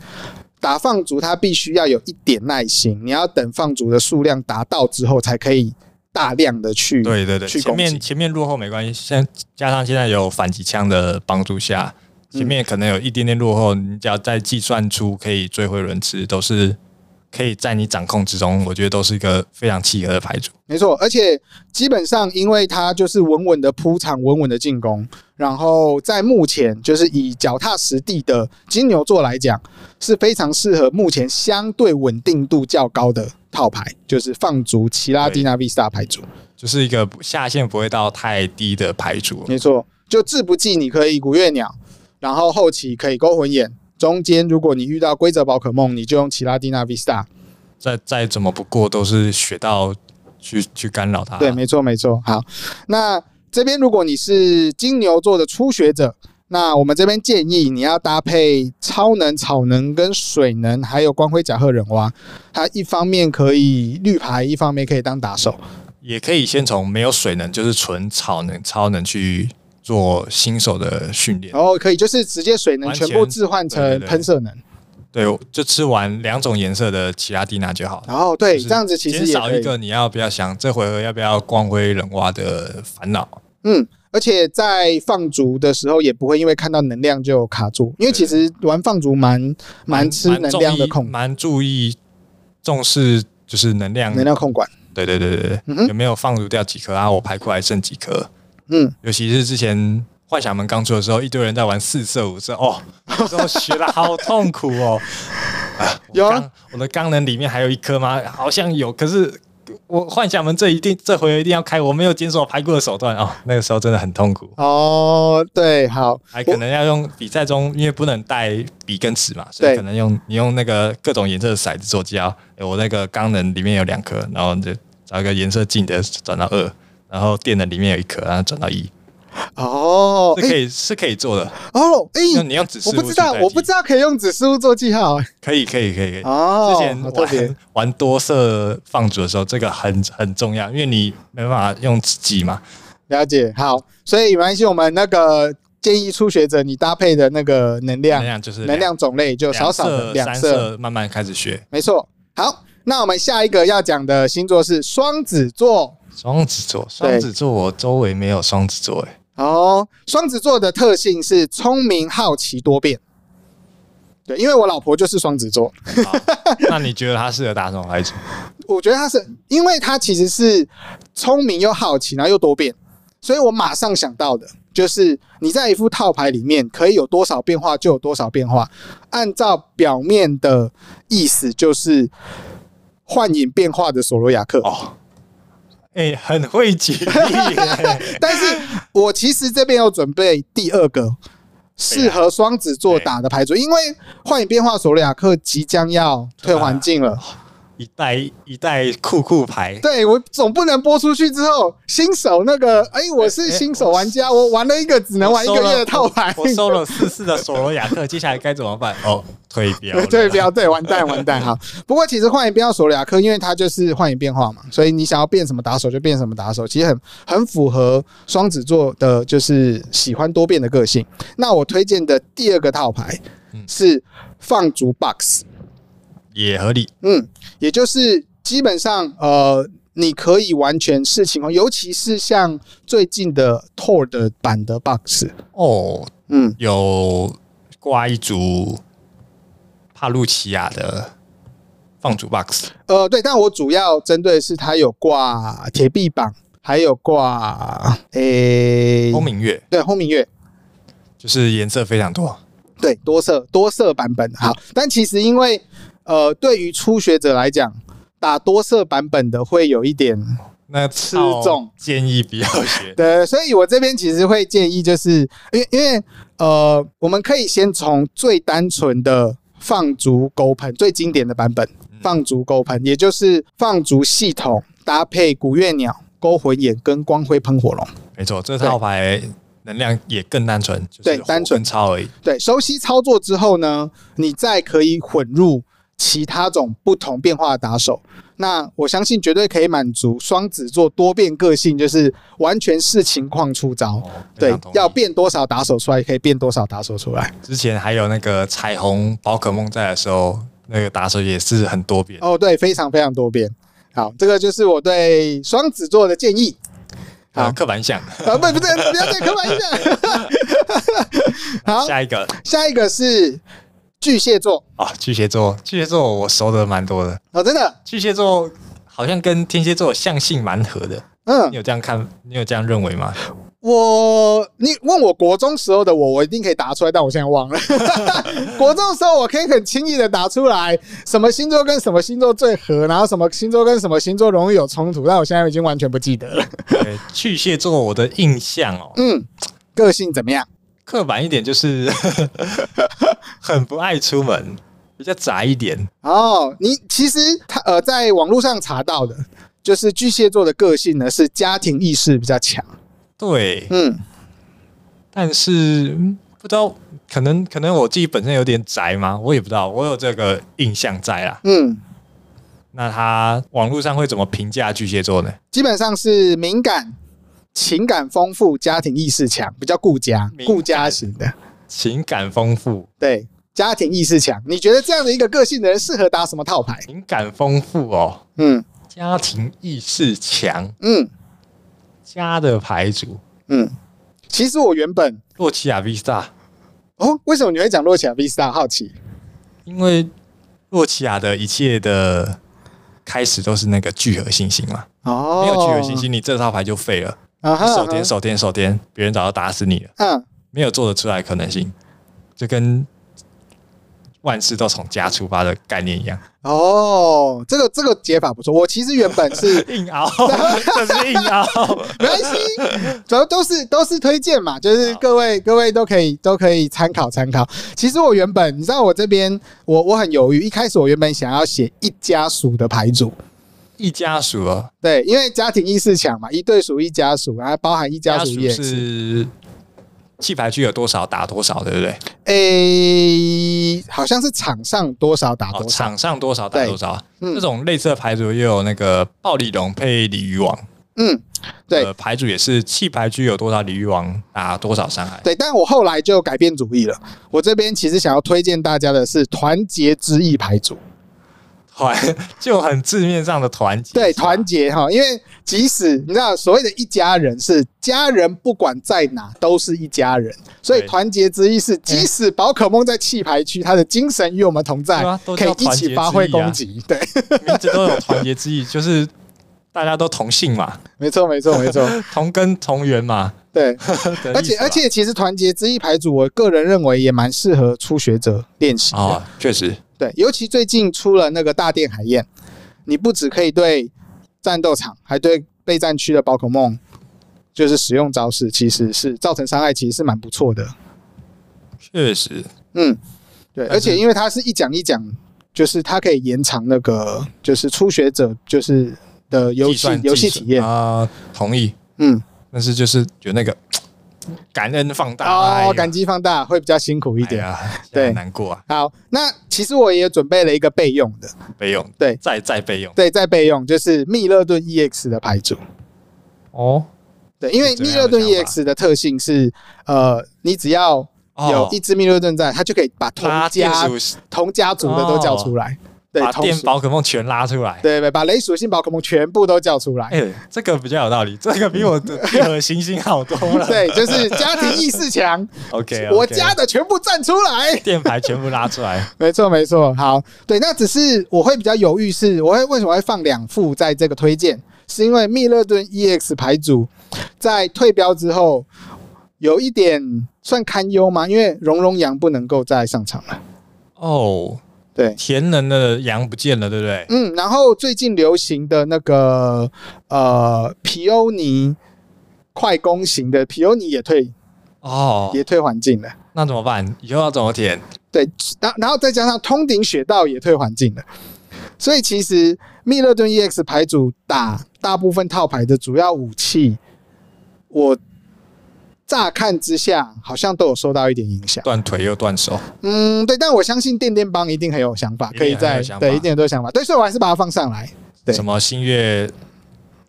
打放逐，它必须要有一点耐心，你要等放逐的数量达到之后，才可以大量的去对对嗯对，去前攻击面前面落后没关系，现在加上现在有反击枪的帮助下，嗯前面可能有一点点落后，你只要再计算出可以追回轮值，都是可以在你掌控之中。我觉得都是一个非常契合的牌组。没错，而且基本上，因为他就是稳稳的铺场，稳稳的进攻，然后在目前就是以脚踏实地的金牛座来讲，是非常适合目前相对稳定度较高的套牌，就是放逐奇拉蒂娜 V Star 牌组。就是一个下限不会到太低的牌组，没错，就志不济你可以古月鸟，然后后期可以勾魂眼，中间如果你遇到规则宝可梦，你就用奇拉蒂娜 V Star。再再怎么不过都是学到去去干扰它。对，没错没错。好，那这边如果你是金牛座的初学者，那我们这边建议你要搭配超能、草能跟水能，还有光辉甲贺忍蛙。它一方面可以绿牌，一方面可以当打手。也可以先从没有水能，就是纯草能、超能去做新手的训练。然后可以就是直接水能完全全部置换对成对对喷射能。对，我就吃完两种颜色的奇拉蒂娜就好了。然后对，就是这样子其实减也少可一以。个你要不要想这回合要不要光辉冷蛙的烦恼。嗯，而且在放逐的时候也不会因为看到能量就卡住，因为其对实玩放逐蛮蛮吃能注量的意控蛮注意重视就是能量。能量控管。对对对对对，嗯哼有没有放逐掉几颗啊？我排过来剩几颗？啊嗯，尤其是之前幻想门刚出的时候，一堆人在玩四色五色， 哦，那时候学的好痛苦哦。啊有啊我的钢我的钢能里面还有一颗吗？好像有，可是我幻想门这一定这回合一定要开，我没有检索排过的手段哦。那个时候真的很痛苦，哦，对，好，还可能要用比赛中，因为不能带笔跟尺嘛，所对以可能用你用那个各种颜色的骰子做胶。诶我那个钢能里面有两颗，然后你就找一个颜色近的转到二，然后电能里面有一颗，然后转到一，哦，是哎、可以、是可以做的。哦，哎、那你用指示我物不知道，我不知道，道可以用指示物做记 号。可以可以可以可以。哦，之前好特别 玩玩多色放逐的时候，这个很很重要，因为你没办法用自己嘛。了解。好，所以没关系，我们那个建议初学者你搭配的那个能量能量就是能量种类就两少少的色两三色，色，慢慢开始学。没错。好，那我们下一个要讲的星座是双子座。双子座，双子座，我周围没有双子座，哎，哦，双子座的特性是聪明、好奇、多变。对，因为我老婆就是双子座，好 那你觉得他适合打什么牌组？我觉得她是，因为她其实是聪明又好奇，然后又多变，所以我马上想到的就是你在一副套牌里面可以有多少变化就有多少变化，按照表面的意思就是幻影变化的索罗亚克。哦，哎、很会举例耶但是我其实这边有准备第二个适合双子座打的牌组，因为幻影变化索雷亚克即将要退环境了。 一代一代酷酷牌， 对我总不能播出去之后，新手那个，哎、我是新手玩家，我玩了一个只能玩一个月的套牌，我收了四四的索罗亚克，接下来该怎么办？哦，退标 了，对，不要对，完蛋完蛋。好，不过其实幻影变化索雷亚克，因为它就是幻影变化嘛，所以你想要变什么打手就变什么打手，其实很很符合双子座的，就是喜欢多变的个性。那我推荐的第二个套牌嗯是放逐 box，也合理。嗯，也就是基本上呃。你可以完全视情况，尤其是像最近的 Tor 的版的 Box，哦，嗯，有挂一组帕路奇亚的放逐 box，呃，对，但我主要针对的是它有挂铁臂榜，还有挂诶，欧明月，对轰鸣乐，就是颜色非常多。对多色多色版本好，但其实因为呃，对于初学者来讲，打多色版本的会有一点那吃重建议不要学， 对，所以我这边其实会建议，就是因为因为呃，我们可以先从最单纯的放逐勾喷最经典的版本，放逐勾喷，也就是放逐系统搭配古月鸟、勾魂眼跟光辉喷火龙。没错，这套牌能量也更单纯，就是对火单纯跟超而已。对，熟悉操作之后呢，你再可以混入其他种不同变化的打手。那我相信绝对可以满足双子座多变个性，就是完全视情况出招。哦非对常同，意要变多少打手出来，可以变多少打手出来。之前还有那个彩虹宝可梦在的时候，那个打手也是很多变。哦，对，非常非常多变。好，这个就是我对双子座的建 议。好呃，刻板印象。啊，不，不对，不要再刻板印象。好，下一个 下一个是巨蟹座。啊，巨蟹座，巨蟹座我熟的蛮多的。哦，真的，巨蟹座好像跟天蝎座相性蛮合的，嗯你，有这样看？你有这样认为吗？我，你问我国中时候的我，我一定可以答出来，但我现在忘了。 国中的时候，我可以很轻易的答出来什么星座跟什么星座最合，然后什么星座跟什么星座容易有冲突，但我现在已经完全不记得了。对巨蟹座我的印象哦，嗯，个性怎么样？刻板一点就是 很不爱出门，比较宅一点。哦，你其实他呃，在网络上查到的，就是巨蟹座的个性呢是家庭意识比较强。对，嗯，但是嗯不知道，可能可能我自己本身有点宅嘛，我也不知道，我有这个印象在啦。嗯，那他网络上会怎么评价巨蟹座呢？基本上是敏感、情感丰富、家庭意识强，比较顾家、敏感顾家型的。情感丰富，对，家庭意识强。你觉得这样的一个个性的人适合打什么套牌？情感丰富哦，嗯家庭意识强，嗯家的牌组，嗯。其实我原本洛奇亚 Vista，哦，为什么你会讲洛奇亚 Vista？好奇。因为洛奇亚的一切的开始都是那个聚合信心嘛，哦没有聚合信，心，你这套牌就废了，啊你哈手点，手点手点，别人早就打死你了。嗯，没有做得出来的可能性，就跟万事都从家出发的概念一样，哦，这个这个解法不错。我其实原本是硬熬，这是硬熬。没关系，主要都是都是推荐嘛，就是各位各位都可以都可以参考参考。其实我原本你知道我这边我我很犹豫，一开始我原本想要写一家属的牌组，一家属哦，对，因为家庭意识强嘛，一对属一家属，然后包含一家哦家属属也是，是弃牌区有多少打多少，对不对？诶、好像是场上多少打哦，多少，场上多少打多少。嗯这种类似的牌组也有那个暴力龙配鲤鱼王，嗯，对呃，牌组也是弃牌区有多少鲤鱼王打多少伤害。对，但我后来就改变主意了。我这边其实想要推荐大家的是团结之意牌组，团就很字面上的团结，对，是吧团结哈，因为即使你知道所谓的一家人是家人，不管在哪都是一家人，所以对团结之意是，即使宝可梦在弃牌区，它的精神与我们同在对啊，都可以叫一起发挥攻啊击。对，名字都有团结之意， 就是大家都同姓嘛。没错，没错，没 错，同根同源嘛，对。而 而且而且，其实团结之意牌组，我个人认为也蛮适合初学者练习的。哦，确实对，尤其最近出了那个大电海燕，你不只可以对战斗场，还对备战区的宝可梦，就是使用招式，其实是造成伤害，其实是蛮不错的。确实，嗯，对，但是而且因为它是一讲一讲，就是它可以延长那个就是初学者就是的游计戏算游戏体验。啊，同意。嗯，但是就是有那个感恩放大哎啊哦，感觉激放大会比较辛苦一哎点。对对难过啊，好，那其实我也准备了一个备用的，备用对再再备用对，在备用就是密勒顿 EX 的牌组。哦对，因为是这密样勒顿的想 EX 的特性是，呃，你只要有一只密勒顿在，它就可以把同哦拉电家属，哦同家族的都叫出来，对，把同电属宝可梦全拉出来。对对，把雷属性宝可梦全部都叫出来，哎，这个比较有道理，这个比我的聚合行星好多了。对，就是家庭意识 强， ，OK，我家的全部站出来，电牌全部拉出来，没错没错，好，对，那只是我会比较犹豫是，我会为什么会放两副在这个推荐，是因为密勒顿 EX 牌组在退标之后。有一点算堪忧吗？因为荣荣阳不能够再上场了。哦，对，田能的羊不见了，对不对？嗯，然后最近流行的那个呃皮欧尼快攻型的皮欧尼也退哦，也退环境了，那怎么办？以后要怎么填？对，然然后再加上通顶雪道也退环境了，所以其实密勒顿 EX 牌组打大部分套牌的主要武器，我乍看之下好像都有受到一点影响。断腿又断手，嗯，对，但我相信电电帮一定很有想法，可以一定很在有想法对一定很多想法，对，所以我还是把它放上来。对什么新月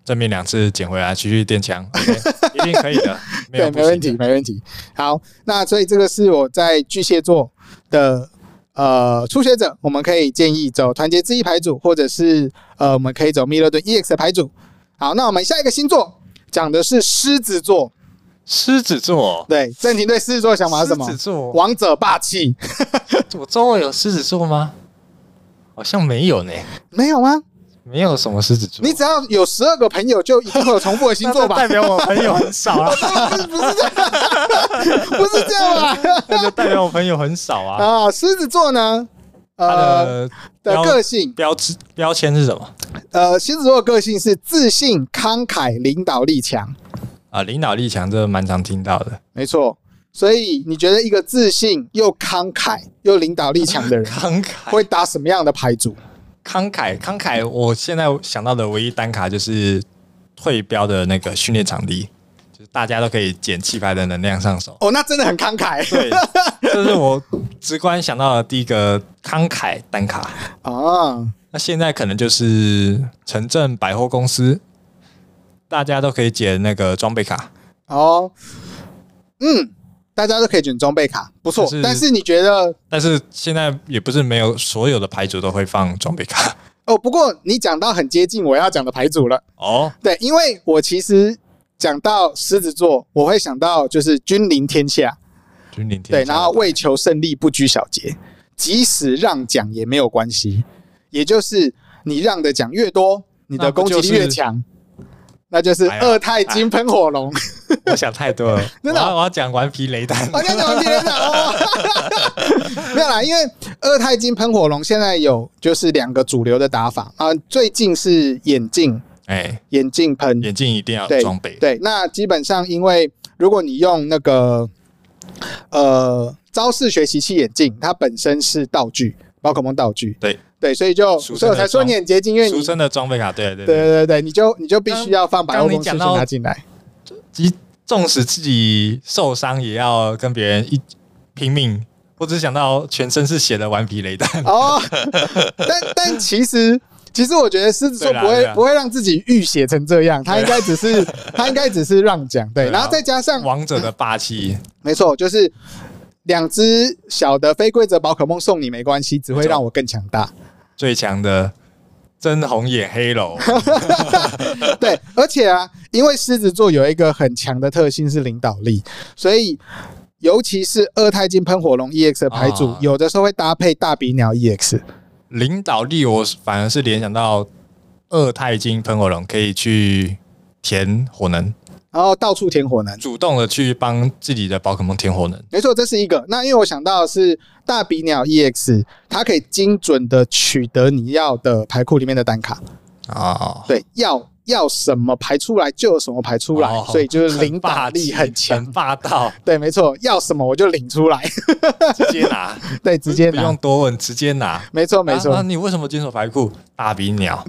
正面两次捡回来，继续垫墙 ，OK，一定可以的，没有对，不没问题，行的。没问题。好，那所以这个是我在巨蟹座的呃初学者，我们可以建议走团结之一牌组，或者是呃我们可以走密勒顿 EX 的牌组。好，那我们下一个星座讲的是狮子座。狮子座，对，郑婷对狮子座的想法是什么狮？子座，王者霸气我周围有狮子座吗？好像没有呢，没有吗？没有什么狮子座。你只要有十二个朋友，就一定会有重复的星座吧 那？代表我朋友很少啊， 不是不是这样，不是这样吧？那就代表我朋友很 少啊。啊，狮子座呢，他呃的的标个性标志标签是什么？呃，狮子座的个性是自信、慷慨、领导力强，啊，领导力强，这个蛮常听到的。没错。所以你觉得一个自信又慷慨又领导力强的人慷慨，会打什么样的牌组？慷慨，慷慨。我现在想到的唯一单卡就是退标的那个训练场地，就就是大家都可以捡气牌的能量上手。哦，那真的很慷慨。对，这是我直观想到的第一个慷慨单卡。 啊，那现在可能就是城镇百货公司，大家都可以捡那个装备卡。哦，嗯，大家都可以卷装备卡，不错。就是但是你觉得但是现在也不是没有所有的牌组都会放装备卡哦？不过你讲到很接近我要讲的牌组了，哦。对，因为我其实讲到狮子座，我会想到就是君临天下， 君临天对，下然后为求胜利不拘小节，即使让奖也没有关系，也就是你让的奖越多，你的那不攻就击力越是强。那就是哎呀二太金喷火龙，我想太多了， 真的哦哎我要我要讲顽皮雷丹，我跟你讲，我今天讲 哦，没有啦，因为二太金喷火龙现在有就是两个主流的打法啊、最近是眼镜哎，眼镜喷，眼镜一定要有对装备，对，那基本上因为如果你用那个呃招式学习器眼镜，它本身是道具，宝可梦道具，对对，所以就俗称的所以我才说你很接近，因为俗你称的装备卡，对对对对。对对，你就你就必须要放百货刚刚公司你讲去到拿进来，即纵使自己受伤，也要跟别人一拼命。我只想到全身是血的顽皮雷丹，哦， 但但其实。其实我觉得狮子座对啦不会对啦不会让自己浴血成这样，他应该只 是他应该只是让奖对，对啦然后再加上 王者的霸气，没错，就是两只小的非规则宝可梦送你没关系，只会没错让我更强大。最强的真红眼黑龙， 对，而且啊，因为狮子座有一个很强的特性是领导力，所以尤其是二太金喷火龙 EX 的牌组，啊有的时候会搭配大鼻鸟 E EX。领导力我反而是联想到二太金喷火龙可以去填火能，然后到处填火能，主动的去帮自己的宝可梦填火能。没错，这是一个。那因为我想到的是大鼻鸟 EX，它可以精准的取得你要的牌库里面的单卡，哦，对，要要什么牌出来就有什么牌出来，哦所以就是领导力气很强很。霸 道，对，没错，要什么我就领出来， 直接拿，对，直接不用拿。多问，直接拿。没错，没错。那、啊你为什么坚守牌库？大鼻鸟，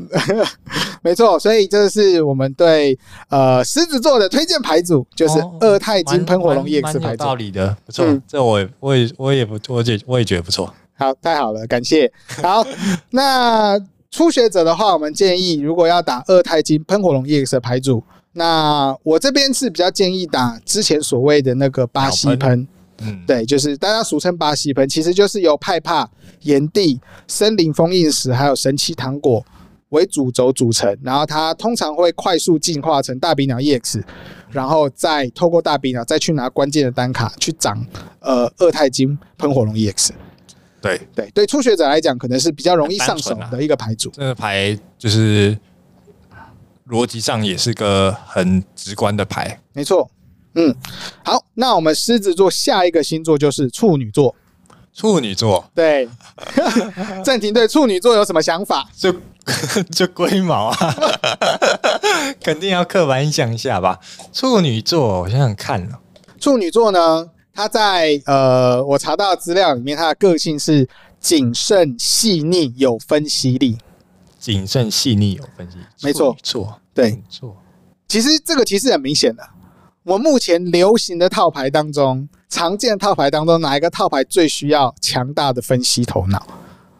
没错，所以这是我们对呃狮子座的推荐牌组，就是哦二太金喷火龙蛮蛮 EX 蛮牌有组。道理的，不错。嗯这我也我也我也不我也我也觉得不错。好，太好了，感谢。好，那初学者的话，我们建议如果要打二太金喷火龙 EX 的牌组，那我这边是比较建议打之前所谓的那个巴西鸟喷喷，嗯，对，就是大家俗称巴西喷，其实就是由派帕、炎帝、森林封印石还有神奇糖果为主轴组成，然后它通常会快速进化成大鼻鸟 EX，然后再透过大鼻鸟再去拿关键的单卡去涨呃二太金喷火龙 EX。对，对，对初学者来讲，可能是比较容易上手很单纯啊的一个牌组。这个牌就是逻辑上也是个很直观的牌。没错，嗯，好，那我们狮子座下一个星座就是处女座。处女座对， 暂停对处女座有什么想法？就 就龟毛啊， 肯定要刻板印象一下吧。处女座，我想想看哦处女座呢，它在呃，我查到的资料里面，它的个性是谨慎、细腻、有分析力。谨慎细腻有分析，没错错对，错，其实这个其实很明显的，我目前流行的套牌当中，常见的套牌当中，哪一个套牌最需要强大的分析头脑？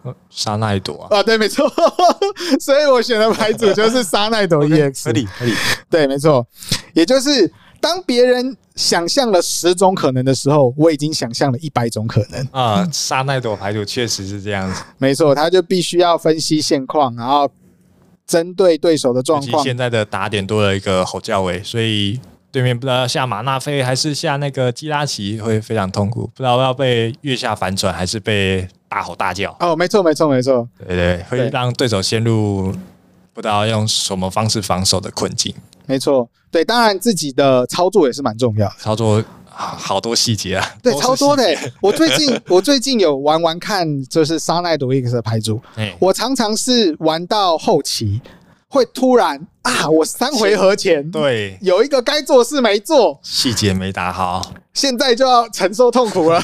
呃沙奈朵啊，啊，对，没错， 所以我选的牌组就是沙奈 朵 EX。合理合理，对，没错，也就是当别人想象了十种可能的时候，我已经想象了一百种可能。啊，沙奈朵排毒确实是这样子，没错，他就必须要分析现况，然后针对对手的尤状其况。现在的打点多了一个吼叫位，所以对面不知道要下马纳菲还是下那个基拉奇会非常痛苦，不知道要被月下反转还是被大吼大叫，哦，没错，没错，没错，对对，会对让对手陷入不知道用什么方式防守的困境，没错。对，当然自己的操作也是蛮重要的。操作啊好多细节啊，对，都是超多的细欸、节，我最 近我最近有玩玩看，就是沙奈朵 X 的牌组，哎，我常常是玩到后期会突然啊，我三回合前对，有一个该做的事没做，细节没打好。现在就要承受痛 苦了。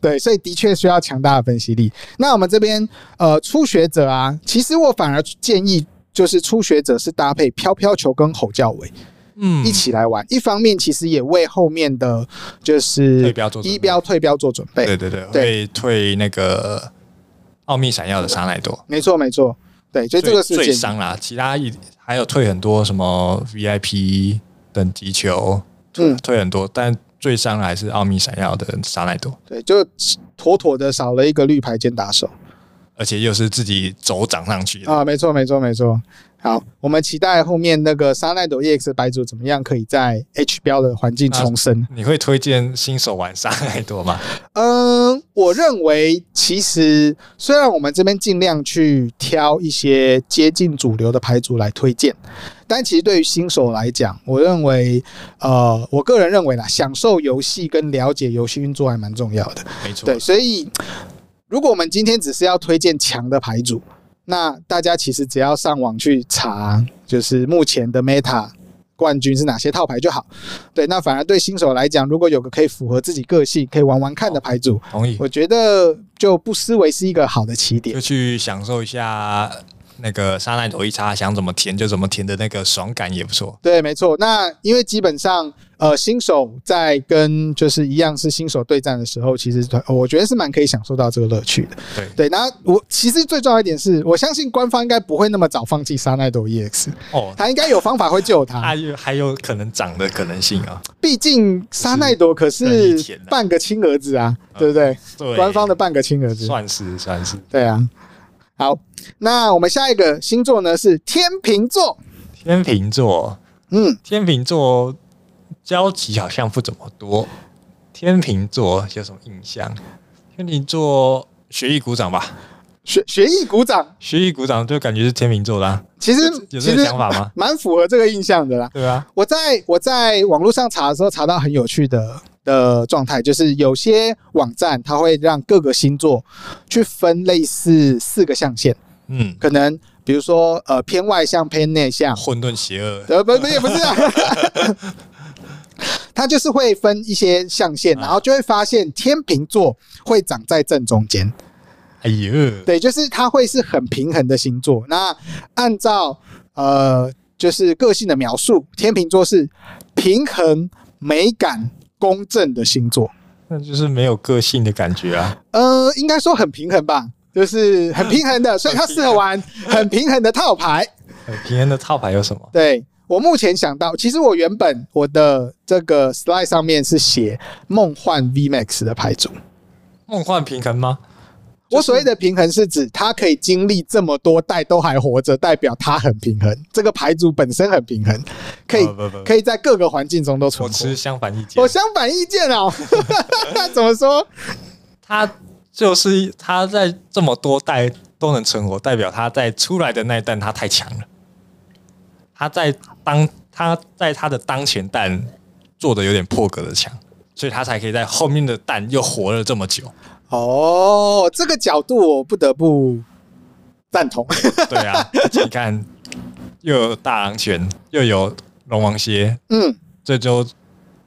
对，所以的确需要强大的分析力。那我们这边呃，初学者啊，其实我反而建议就是初学者是搭配飘飘球跟吼叫尾，嗯一起来玩。一方面其实也为后面的就是退标做准备一标退标做准备。对对对，对会退那个奥秘闪耀的沙奈多，没错没错，对，所以哎这个是最最建议伤啦，其他一还有退很多什么 VIP 等级球，嗯退很多，但最伤的还是奥秘闪耀的沙奈多，对，就妥妥的少了一个绿牌兼打手。而且又是自己手涨上去的。啊，没错，没错，没错。好，我们期待后面那个沙奈朵 EX 白组怎么样可以在 H 标的环境重生。你会推荐新手玩沙奈多吗？嗯，我认为其实虽然我们这边尽量去挑一些接近主流的牌组来推荐，但其实对于新手来讲，我认为，呃，我个人认为啦，享受游戏跟了解游戏运作还蛮重要的。没错，对，所以如果我们今天只是要推荐强的牌组，那大家其实只要上网去查，就是目前的 Meta 冠军是哪些套牌就好。对，那反而对新手来讲，如果有个可以符合自己个性、可以玩玩看的牌组，同意，我觉得就不失为是一个好的起点就。去享受一下那个沙奈朵一插，想怎么填就怎么填的那个爽感也不错。对，没错。那因为基本上，呃，新手在跟就是一样是新手对战的时候，其实呃我觉得是蛮可以享受到这个乐趣的。对，对，那我其实最重要一点是，我相信官方应该不会那么早放弃沙奈朵 EX，哦，他应该有方法会救 他它。有还有可能涨的可能性啊。毕竟沙奈朵可任是意田啊半个亲儿子啊，嗯对不对？对，官方的半个亲儿子，算是算是对啊。好，那我们下一个星座呢是天秤座，天秤座，嗯，天秤座交集好像不怎么多。天秤座有什么印象？天秤座学艺鼓掌吧，学学艺鼓掌，学艺鼓掌就感觉是天秤座啦、其实有嗯其这个实想法吗？蛮符合这个印象的啦。对啊，我在我在网络上查的时候，查到很有趣的的状态，就是有些网站它会让各个星座去分类似四个象限，嗯，可能比如说呃偏外向、偏内向，混沌邪恶，呃不不也不是啊， 它就是会分一些象限，然后就会发现天秤座会长在正中间。哎呦，对，就是它会是很平衡的星座。那按照呃，就是个性的描述，天秤座是平衡、美感、公正的星座。那就是没有个性的感觉啊。呃，应该说很平衡吧，就是很平衡的，所以它适合玩很平衡的套牌。呃平安的套牌有什么？对我目前想到，其实我原本我的这个 slide 上面是写梦幻 VMAX 的牌组。梦幻平衡吗？我所谓的平衡是指他可以经历这么多代都还活着，代表他很平衡。这个牌组本身很平衡，可以、啊不不不可以在各个环境中都存我活持。相反意见我。相反意见哦， 怎么说？他就是他在这么多代都能存活，代表他在出来的那一弹他太强了。他在当他在他的当前弹做的有点破格的强，所以他才可以在后面的弹又活了这 么久。哦，这个角度我不得不赞同。 对啊，你看，又有大狼犬，又有龙王蝎，嗯，这就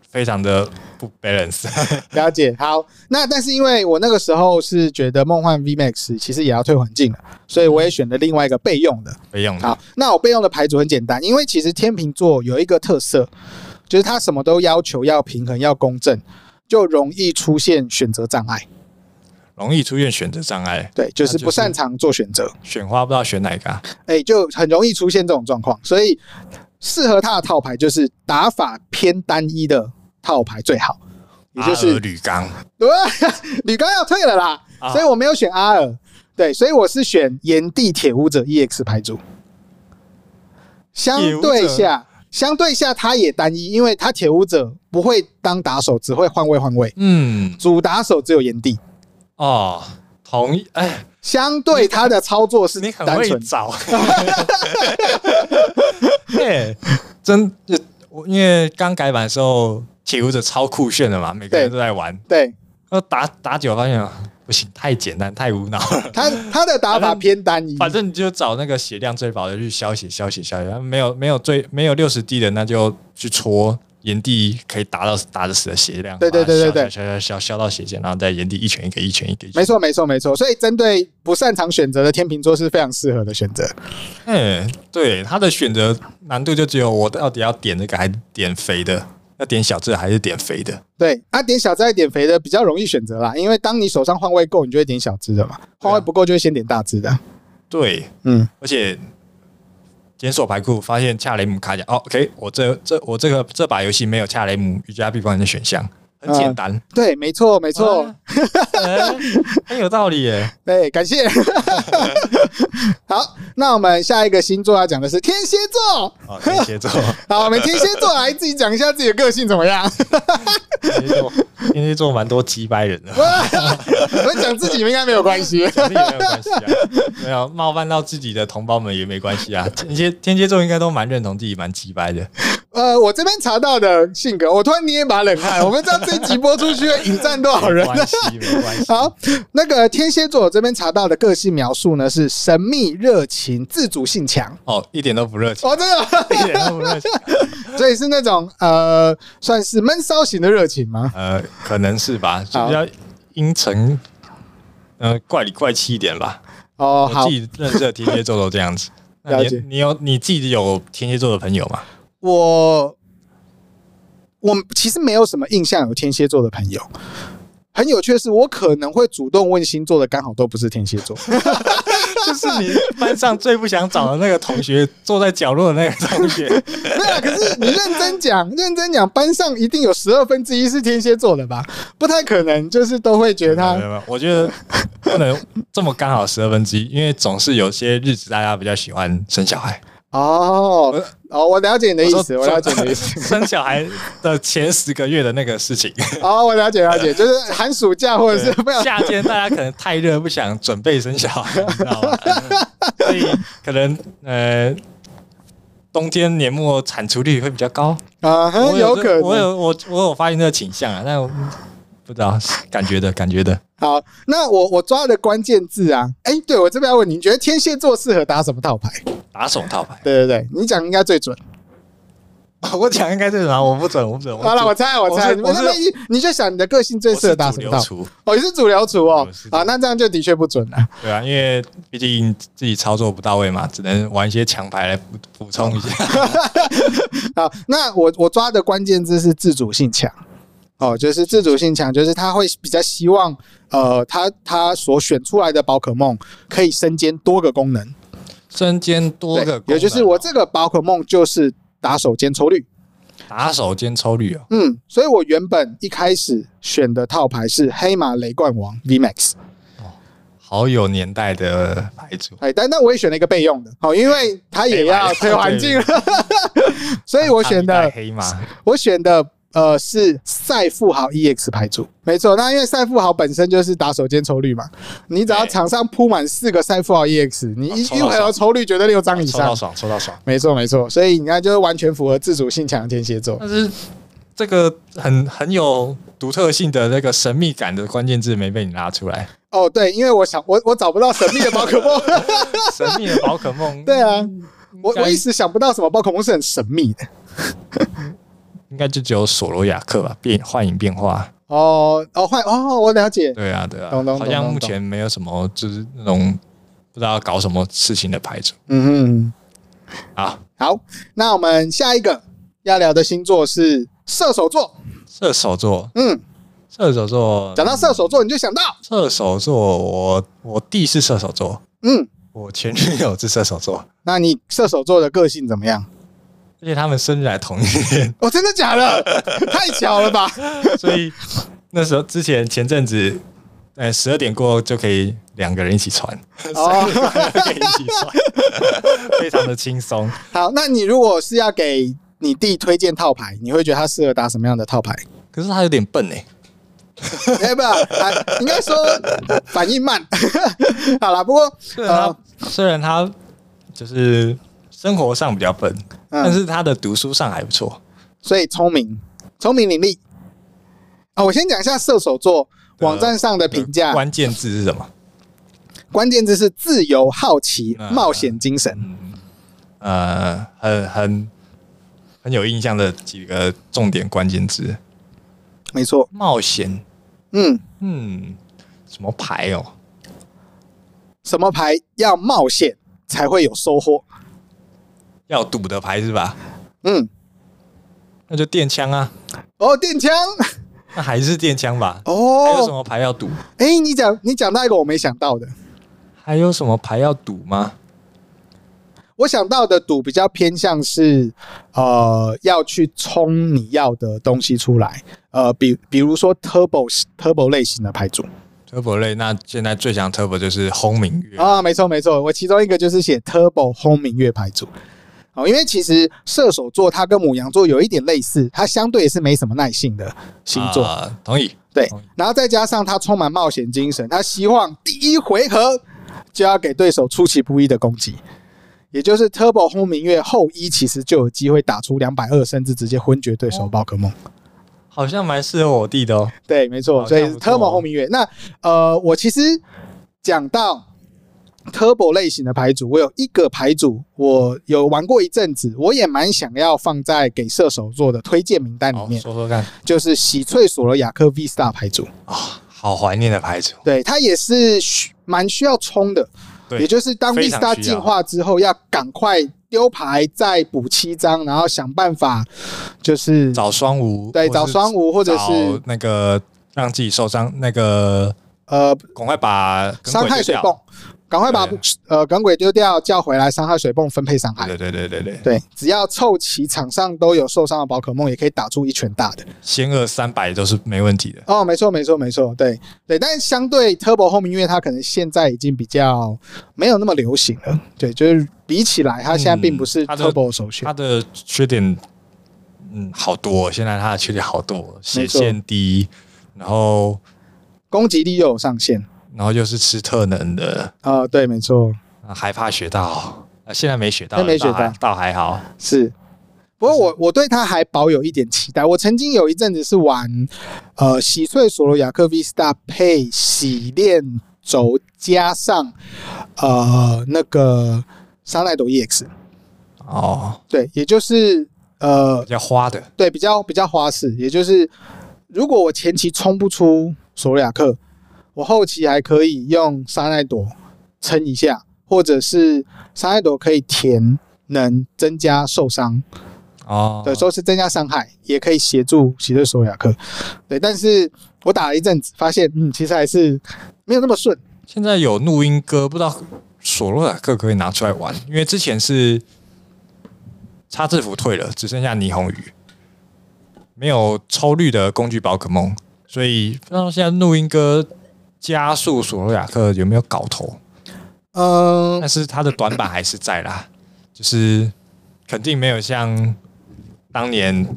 非常的不 balance。 了解。好，那但是因为我那个时候是觉得梦幻 VMAX 其实也要退环境了，所以我也选了另外一个备用的。没用的，好，那我备用的牌组很简单，因为其实天秤座有一个特色，就是它什么都要求要平衡、要公正，就容易出现选择障碍。容易出现选择障碍，对，就是那就是不擅长做选择，选花不知道选哪一个啊、哎、就很容易出现这种状况。所以适合他的套牌就是打法偏单一的套牌最好，也就阿是尔铝钢，对，吕刚要退了啦，啊所以我没有选阿尔，对，所以我是选炎帝铁舞者 EX 牌组。相对下，相对下他也单一，因为他铁舞者不会当打手，只会换位换位，嗯，主打手只有炎帝。哦，同意。哎，相对他的操作是你很单会纯，找。 嘿，真，我因为刚改版的时候，铁舞者超酷炫的嘛，每个人对都在玩。对然后打打久了发现啊不行，太简单，太无脑了。他他的打法偏单一，反正你就找那个血量最薄的去消血、消血、消血，没有没有最没有六十滴的，那就去戳炎帝可以打到打得死的血量，啊对对对对对消消消消消到血溅，然后再炎帝一拳一个，一拳一个，一拳没错，没错，没错。所以针对不擅长选择的天秤座是非常适合的选择。嗯，对，他的选择难度就只有我到底要点这个还是点肥的，要点小只还是点肥的？对，啊，点小只还点肥的比较容易选择啦，因为当你手上换位够，你就会点小只的嘛；换位不够，就会先点大只的。对，嗯，而且检索牌库发现恰雷姆卡甲，哦，OK，我这这我这个这把游戏没有恰雷姆瑜伽避风人的选项，很简单，对，嗯没错，没没错。很有道理耶。对，感谢。 好，那我们下一个星座要讲的是天蝎座。哦，天蝎座，好，我们天蝎座来自己讲一下自己的个性怎么样？天蝎座，天蝎座蛮多鸡掰人 的，我讲自己应该没有关系。可是也没有关系啊，没有冒犯到自己的同胞们也没关系啊。天蝎天蝎座应该都蛮认同自己蛮鸡掰的，呃，我这边查到的性格，我突然捏一把冷汗。我们知道这一集播出去会引战多少没人？关系，没关系。 好，那个天蝎座我这边查到的个性描述呢是神秘、热情、自主性强。 哦，一点都不热 情，哦，真的吗，一点都不热情。所以是那种呃，算是闷骚型的热情吗？ 呃，可能是吧，就比较阴沉，呃，怪里怪气一点吧。哦，我好自，己认识的天蝎座都这 样子。那了你解你有你自己有天蝎座的朋友 吗？我我其实没有什么印象有天蝎座的朋友。很有趣的是，我可能会主动问星座的，刚好都不是天蝎 座。就是你班上最不想找的那个同学，坐在角落的那个同 学。没有啊，可是你认真讲，认真讲，班上一定有十二分之一是天蝎座的吧？不太可能，就是都会觉得没有他没有没有，我觉得不能这么刚好十二分之一，因为总是有些日子大家比较喜欢生小 孩。哦哦，我了解你的意呃我思，说我了解你的意思。生小孩的前十个月的那个事情， 哦，我了解了解，就是寒暑假或 者是没有夏天大家可能太热，不想准备生小孩， 你知道吗？所以可能呃，冬天年末产出率会比较高。啊，很我有这可我能。有我我有发现这个倾向啊，但我不知道感觉的感觉的。好，那我我抓的关键字啊，哎，对我这边要问你，你觉得天蝎座适合打什么套牌？打手套牌，对对对，你讲应该最准。 我讲应该对吧？我不准，我不准。好了，我猜，啊我猜，我是你我是那你你就想你的个性最这适合打什么套？哦，你是主流厨哦我是，主啊，那这样就的确不准了。对啊，因为毕竟自己操作不到位嘛，只能玩一些强牌来补补充 一 下。好，那我我抓的关键字是自主性强。哦，就是自主性强，就是他会比较希望，呃，他他所选出来的宝可梦可以身兼多个功能，身兼多对个功能也哦，就是我这个宝可梦就是打手兼抽绿，打手兼抽率哦。嗯，所以我原本一开始选的套牌是黑马雷冠王 VMAX，好有年代的牌组，哎，但但我也选了一个备用的，哦，因为它也要推环境了， 所以我选大的力带黑马，我选的呃是赛富豪 EX 牌组，没错。那因为赛富豪本身就是打手尖抽绿嘛，你只要对场上铺满四个赛富豪 EX，你一哦抽到一回合爽抽绿绝对六张以抽到上。爽，抽到爽。没错没错，所以你看就是完全符合自主性强的天蝎座。但是这个很很有独特性的那个神秘感的关键字没被你拉出 来，哦，对，因为我想我我找不到神秘的宝可 梦，神秘的宝可 梦，对啊，我应该我一时想不到什么宝可梦是很神秘的。应该就只有索罗亚克吧，变幻影变化，哦哦，换哦，我了解。对啊，对啊，懂懂懂好像懂目前没有什么就是那种不知道搞什么事情的牌组嗯嗯，啊。好，那我们下一个要聊的星座是射手座。射手座，嗯，射手座，讲到射手座，你就想到，射手座，我我弟是射手座，嗯，我前女友是射手座，那你射手座的个性怎么样？而且他们生日还同一天， 哦，真的假 的？太巧了吧！所以那时候之前前阵子，呃，十二点过后就可以两个人一起传，哦，可以一起传，非常的轻松。好，那你如果是要给你弟推荐套牌，你会觉得他适合打什么样的 套牌？可是他有点笨哎、哎、不，啊，应该说反应慢。 好啦，不过，呃虽然啊他、虽然他就是生活上比较笨，但嗯，是他的读书上还不错。所以聪明，聪明伶俐。啊、我先讲一下射手座网站上的评价，关键字是什么？关键字是自由、好奇、嗯冒险精神。呃，很很很有印象的几个重点关键字：没错，冒险，嗯，嗯，什么牌哦？什么牌要冒险才会有收获？要赌的牌是吧？嗯，那就电枪啊，哦，电枪，那还是电枪吧。还有什哦，么牌要赌？哎、你讲你讲到一个我没想到的，还有什么牌要赌吗？我想到的赌比较偏向是，呃，要去冲你要的东西出来，呃，比比如说 turbo turbo 类型的牌组 Turbo 类，那现在最强 Turbo 就是轰鸣乐，啊，没错没错，我其中一个就是写 turbo 轰明月牌组。哦，因为其实射手座它跟母羊座有一点类似，它相对也是没什么耐性的星座，啊同意。对同意，然后再加上他充满冒险精神，他希望第一回合就要给对手出其不意的攻击，也就是 Turbo 轰明月后一其实就有机会打出两百二，甚至直接昏厥对手宝可梦。好像蛮适合我弟的哦。对，没错，好所以像是不错哦 Turbo 轰明月。那呃，我其实讲到 Turbo 类型的牌组，我有一个牌组我有玩过一阵子，我也蛮想要放在给射手座的推荐名单里好，面，说说看就是喜翠索罗亚克 V Star 牌组。啊、好怀念的牌组，对，它也是需蛮需要冲的，对也就是当非 V 常 Star 需要进化之后，要赶快丢牌再补七张，然后想办法就是找双无，对或是找双无或者是找那个让自己受伤，那个呃赶快把耿鬼伤害丢水掉泵，赶快把对呃耿鬼丢掉叫回来，伤害水泵分配伤害。对对对对对，对，只要凑齐场上都有受伤的宝可梦，也可以打出一拳大的。仙二三百都是没问题的。哦，没错，没错，没错，对对，但是相对 Turbo 后面，因为它可能现在已经比较没有那么流行了，对，就是比起来，它现在并不是嗯它的 Turbo 首选。它的缺点，嗯，好多哦，现在它的缺点好多，血没错线低，然后攻击力又有上限。然后又是吃特能的，啊、对，没错，啊还怕血到。啊，现在没血到了，现在没血到倒还倒还好。是。不过我我对他还保有一点期待。我曾经有一阵子是玩，呃，喜翠索罗亚克 V Star 配洗练轴加上呃那个沙奈朵 EX，哦，对，也就是呃比较花的，对比较比较花式，也就是如果我前期冲不出索罗亚克，我后期还可以用沙奈朵撑一下，或者是沙奈朵可以填能增加受伤，哦，对，说是增加伤害，也可以协助喜瑞索罗亚克，对，但是我打了一阵子，发现嗯，其实还是没有那么顺，现在有怒音哥，不知道索洛亚克可以拿出来玩，因为之前是叉制服退了，只剩下霓虹鱼，没有抽绿的工具宝可梦，所以不知道现在怒音哥加速索洛亚克有没有搞头，嗯、但是他的短板还是在啦，就是肯定没有像当年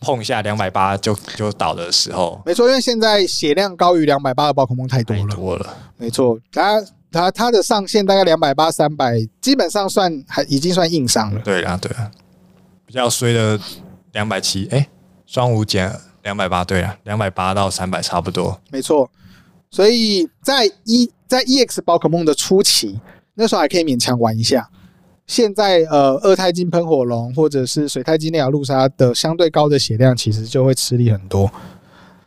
碰一下两百八就就倒的时候没错，因为现在血量高于两百八的宝可梦太多太了。多了，没错，它它它的上限大概两百八、三百，基本上算还已经算硬伤了。对啦对啦，比较衰的两百七，哎，双五减两百八，对啦，两百八到三百差不多，没错，所以在一在 EX 宝可梦的初期，那时候还可以勉强玩一下。现在呃，二钛金喷火龙或者是水钛金内亚路莎的相对高的血量，其实就会吃力很多。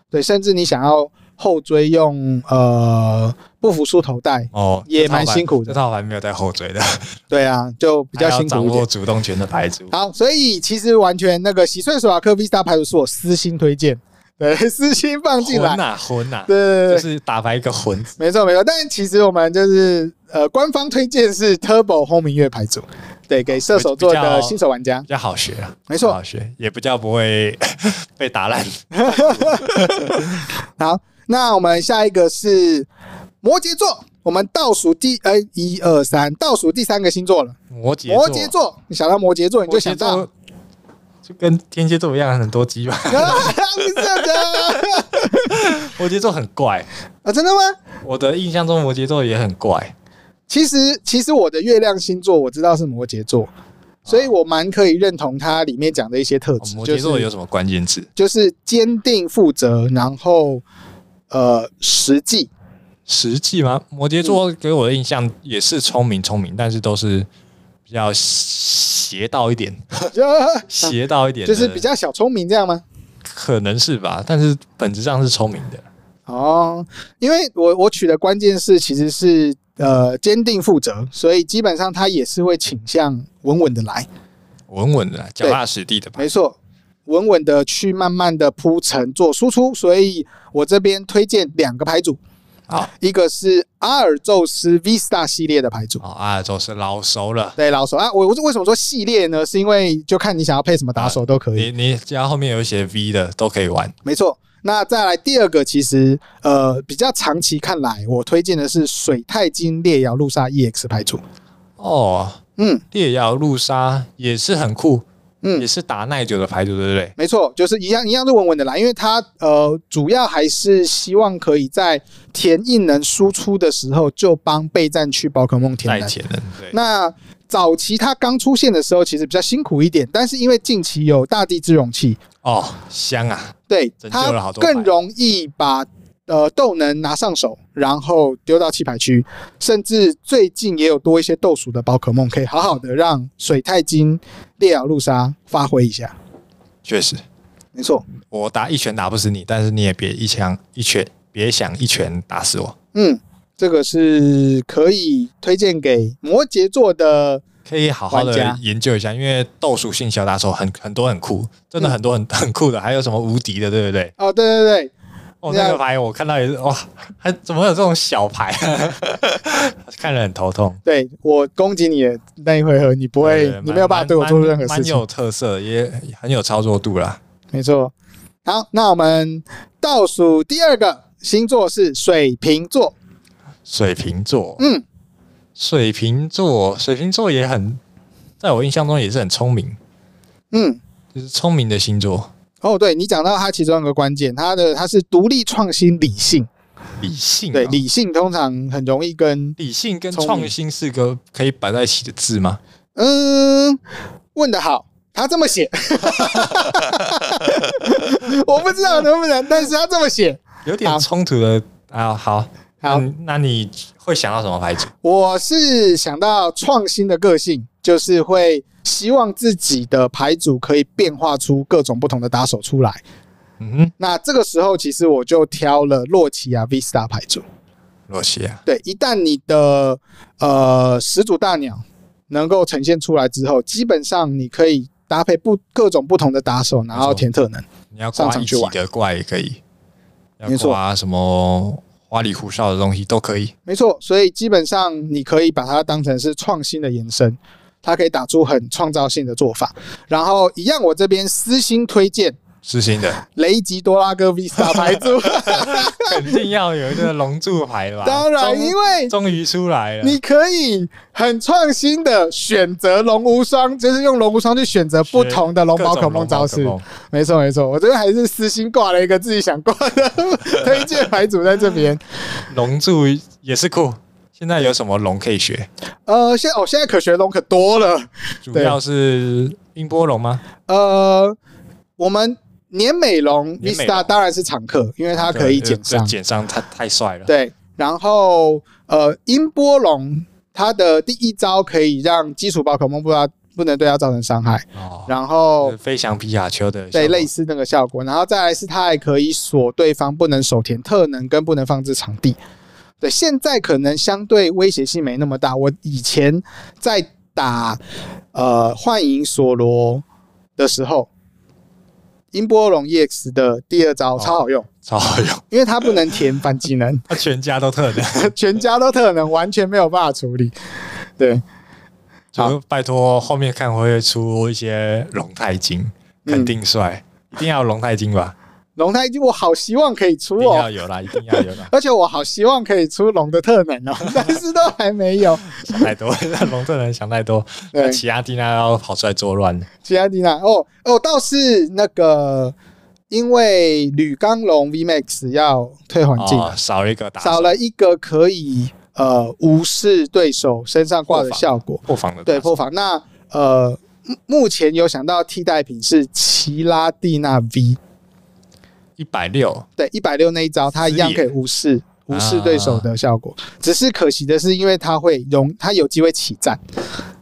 对，甚至你想要后追用呃不服输头带，哦，也这套蛮牌辛苦的这套还没有带后追的，对啊，就比较还要辛苦掌一点握。主动权的牌组，好，所以其实完全那个喜顺啊索瓦克 V Star 派出所私心推荐，对， 私心放 进混来，呐混呐，对对对对，就是打牌一个混字，没错没错。但其实我们就是呃，官方推荐是 Turbo 轰鸣乐牌组，对，给射手座比较的新手玩家比。较好学啊，没错比较好学，也比较不会 被打烂。好，那我们下一个是摩羯座，我们倒数第呃一二三，倒数第三个星座了。摩羯摩羯座，你想到摩羯座，你就想到摩羯座就跟天蝎座一样很多鸡吧。 啊，你是这样讲 摩羯座很怪，啊？真的吗？我的印象中摩羯座也很怪。其实，其实我的月亮星座我知道是摩羯座，啊所以我蛮可以认同它里面讲的一些特哦质，摩就羯座有是什么关键字？就是坚定、负责，然后呃实 际。实际吗？嗯摩羯座给我的印象也是聪明聪明，但是都是比较邪道一点，邪道一点的，啊就是比较小聪明这样吗？可能是吧，但是本质上是聪明的。哦，因为我我取的关键是其实是呃坚定负责，所以基本上他也是会倾向稳稳的来，稳稳的，脚踏实地的吧。没错，稳稳的去慢慢的铺陈做输出，所以我这边推荐两个牌组，好，一个是阿尔宙斯 Vista 系列的牌组。好，阿尔宙斯老熟了，对，老手啊，我我为什么说系列呢？是因为就看你想要配什么打手都可以。你你只要后面有一些 V 的都可以玩。没错。那再来第二个，其实呃比较长期看来，我推荐的是水太金烈瑶路莎 EX 牌组。哦，嗯烈瑶路杀也是很酷，也嗯，是打耐久的牌组，对不对？没错，就是一样一样是稳稳的来，因为它呃主要还是希望可以在填印能输出的时候就帮备战区宝可梦填耐能。潜能，对，那早期它刚出现的时候，其实比较辛苦一点，但是因为近期有大地之勇气，哦，香啊，对，拯救了它好多更牌容易把呃豆能拿上手，然后丢到弃牌区，甚至最近也有多一些豆属的宝可梦，可以好好的让水太金、烈咬路沙发挥一下。确实，没错，我打一拳打不死你，但是你也别一枪一拳，别想一拳打死我。嗯，这个是可以推荐给摩羯座的，可以好好玩的家研究一下，因为斗属性小打手很很多很酷，真嗯的很多很、 很酷的，还有什么无敌的，对不对？哦，对对对，哦，对啊那个牌我看到也是哇，还怎么有这种小牌？ 看了很头痛。对我攻击你的那一回合，你不对会对，你没有办法蛮对我做出蛮任何事蛮情。嗯有特色，也也很有操作度啦。没错。好，那我们倒数第二个星座是水瓶座。水瓶座，嗯，水瓶座，水瓶座也很，在我印象中也是很聪明，嗯，就是聪明的星座，哦，对你讲到它其中一个关键，它的它是独立创新理性，理性、啊。对理性通常很容易跟理性跟聪明创新是个可以摆在一起的字吗？嗯问的好，他这么写， 我不知道能不能，但是他这么写，有好点冲突的啊。好，好那，那你会想到什么牌组？我是想到创新的个性，就是会希望自己的牌组可以变化出各种不同的打手出来。嗯，那这个时候，其实我就挑了洛奇亚 Vista 牌组。罗西啊，对，一旦你的呃始祖大鸟能够呈现出来之后，基本上你可以搭配不各种不同的打手，然后填特能。你要上挂场一去级玩的怪也可以，要没错挂什么花里胡哨的东西都可以。没错，所以基本上你可以把它当成是创新的延伸，它可以打出很创造性的做法。然后一样，我这边私心推荐是新 的，雷吉多拉哥 Vista 牌 组，肯定要有一个龙柱牌吧？当然，终因为终于出来了，你可以很创新的选择龙无双，就是用龙无双去选择不同的龙各宝种可梦招式龙宝。可梦没错没错，我这边还是私心挂了一个自己想挂 的推荐牌组在这边。龙柱也是酷。现在有什么龙可以学？呃，现在哦，现在可学龙可多了。主要是音波龙吗？呃，我们年美龙年美 Vista 龙当然是常客，因为它可以减对呃伤。减伤太太帅了。对，然后呃，音波龙它的第一招可以让基础宝可梦不要不能对它造成伤害，哦，然后就是飞翔皮卡丘的对，效果类似那个效果。然后再来是它还可以锁对方不能手填特能跟不能放置场地。对，现在可能相对威胁性没那么大。我以前在打呃幻影索罗的时候，音波龙 EX 的第二招超好用，超好用， 因为它不能填反技能，他全家都特 能。全家都特能，完全没有办法处理。对，就拜托后面看会不会出一些龙太金，嗯肯定帅，一定要有龙太金吧，龙太金我好希望可以出一定哦要。有啦，一定要有啦 ，而且我好希望可以出龙的特能 哦，但是都还没有。想太多，那龙真的想太多，对那，奇亚蒂娜要跑出来作乱，吉安迪娜哦哦，倒是那个，因为铝钢龙 VMAX 要退环境，哦，少一个打少了一个可以呃无视对手身上挂的效果，破防的打手，对破防。那呃，目目前有想到替代品是奇拉蒂娜 V，一百六啊对一百六那一招，它一样可以无视无视对手的效果。只是可惜的是，因为它会容，它有机会起战，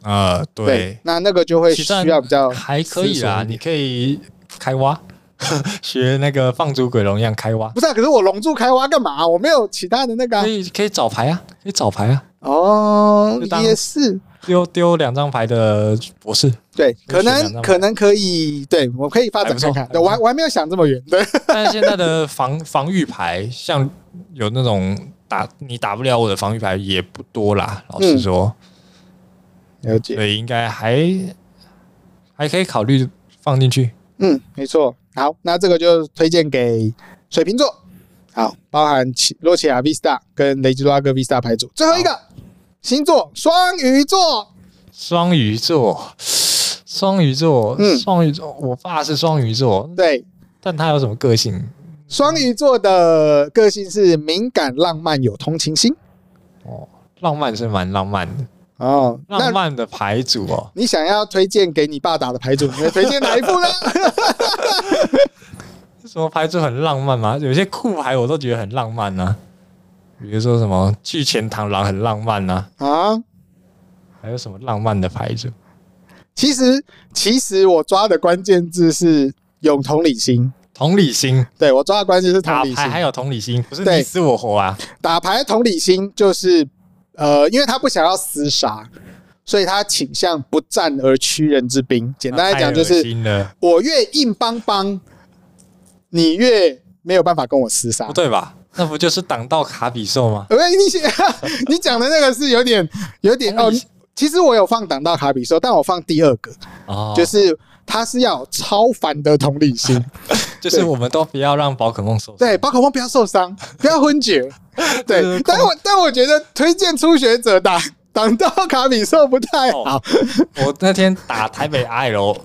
啊，对，那那个就会起战需要比较还可以啦，思索一点你可以开挖， 学那个放逐鬼龙一样开挖，不是、啊，可是我龙柱开挖干嘛？我没有其他的那个、啊可、以可以找牌啊，可以找牌啊，哦就，当也是丢丢两张牌的博士，对，就可选两张能吧可能可以，对我可以发展还不错看看。还不对，错我还我还没有想这么远， 对，但是现在的防 防御牌，像有那种打你打不了我的防御牌也不多啦。老实说，嗯了解，所以应该还还可以考虑放进去。嗯，没错。好，那这个就推荐给水瓶座，好，包含奇洛奇亚 Vista 跟雷吉多拉哥 Vista 牌组。最后一个星座双鱼座，双鱼座，双鱼座，嗯双鱼座，我爸是双鱼座，对，但他有什么个性？双鱼座的个性是敏感、浪漫、有同情心。哦，浪漫是蛮浪漫的，哦，浪那漫的牌组哦，你想要推荐给你爸打的牌组，你会推荐哪一副呢？什么牌组很浪漫吗？有些酷牌我都觉得很浪漫呢、比如说什么巨前螳螂很浪漫呐、啊，还有什么浪漫的牌组？其实，其实我抓的关键字是有同理心。同理心，对我抓的关键是同打理牌还心。有同理心，不是对你死我活啊！打牌同理心就是，呃，因为他不想要厮杀，所以他倾向不战而屈人之兵。简单来讲，就太恶是心了，我越硬邦邦，你越没有办法跟我厮杀呃不。对吧？那不就是挡到卡比兽吗？喂，你写 你讲的那个是有点有点哦同理心。其实我有放挡到卡比兽，但我放第二个，哦，就就是是他是要有超凡的同理心。就是我们都不要让宝可梦受伤。对，宝可梦不要受伤，不要昏 厥。对，但我但我觉得推荐初学者打挡到卡比兽不太哦好。我那天打台北 IL，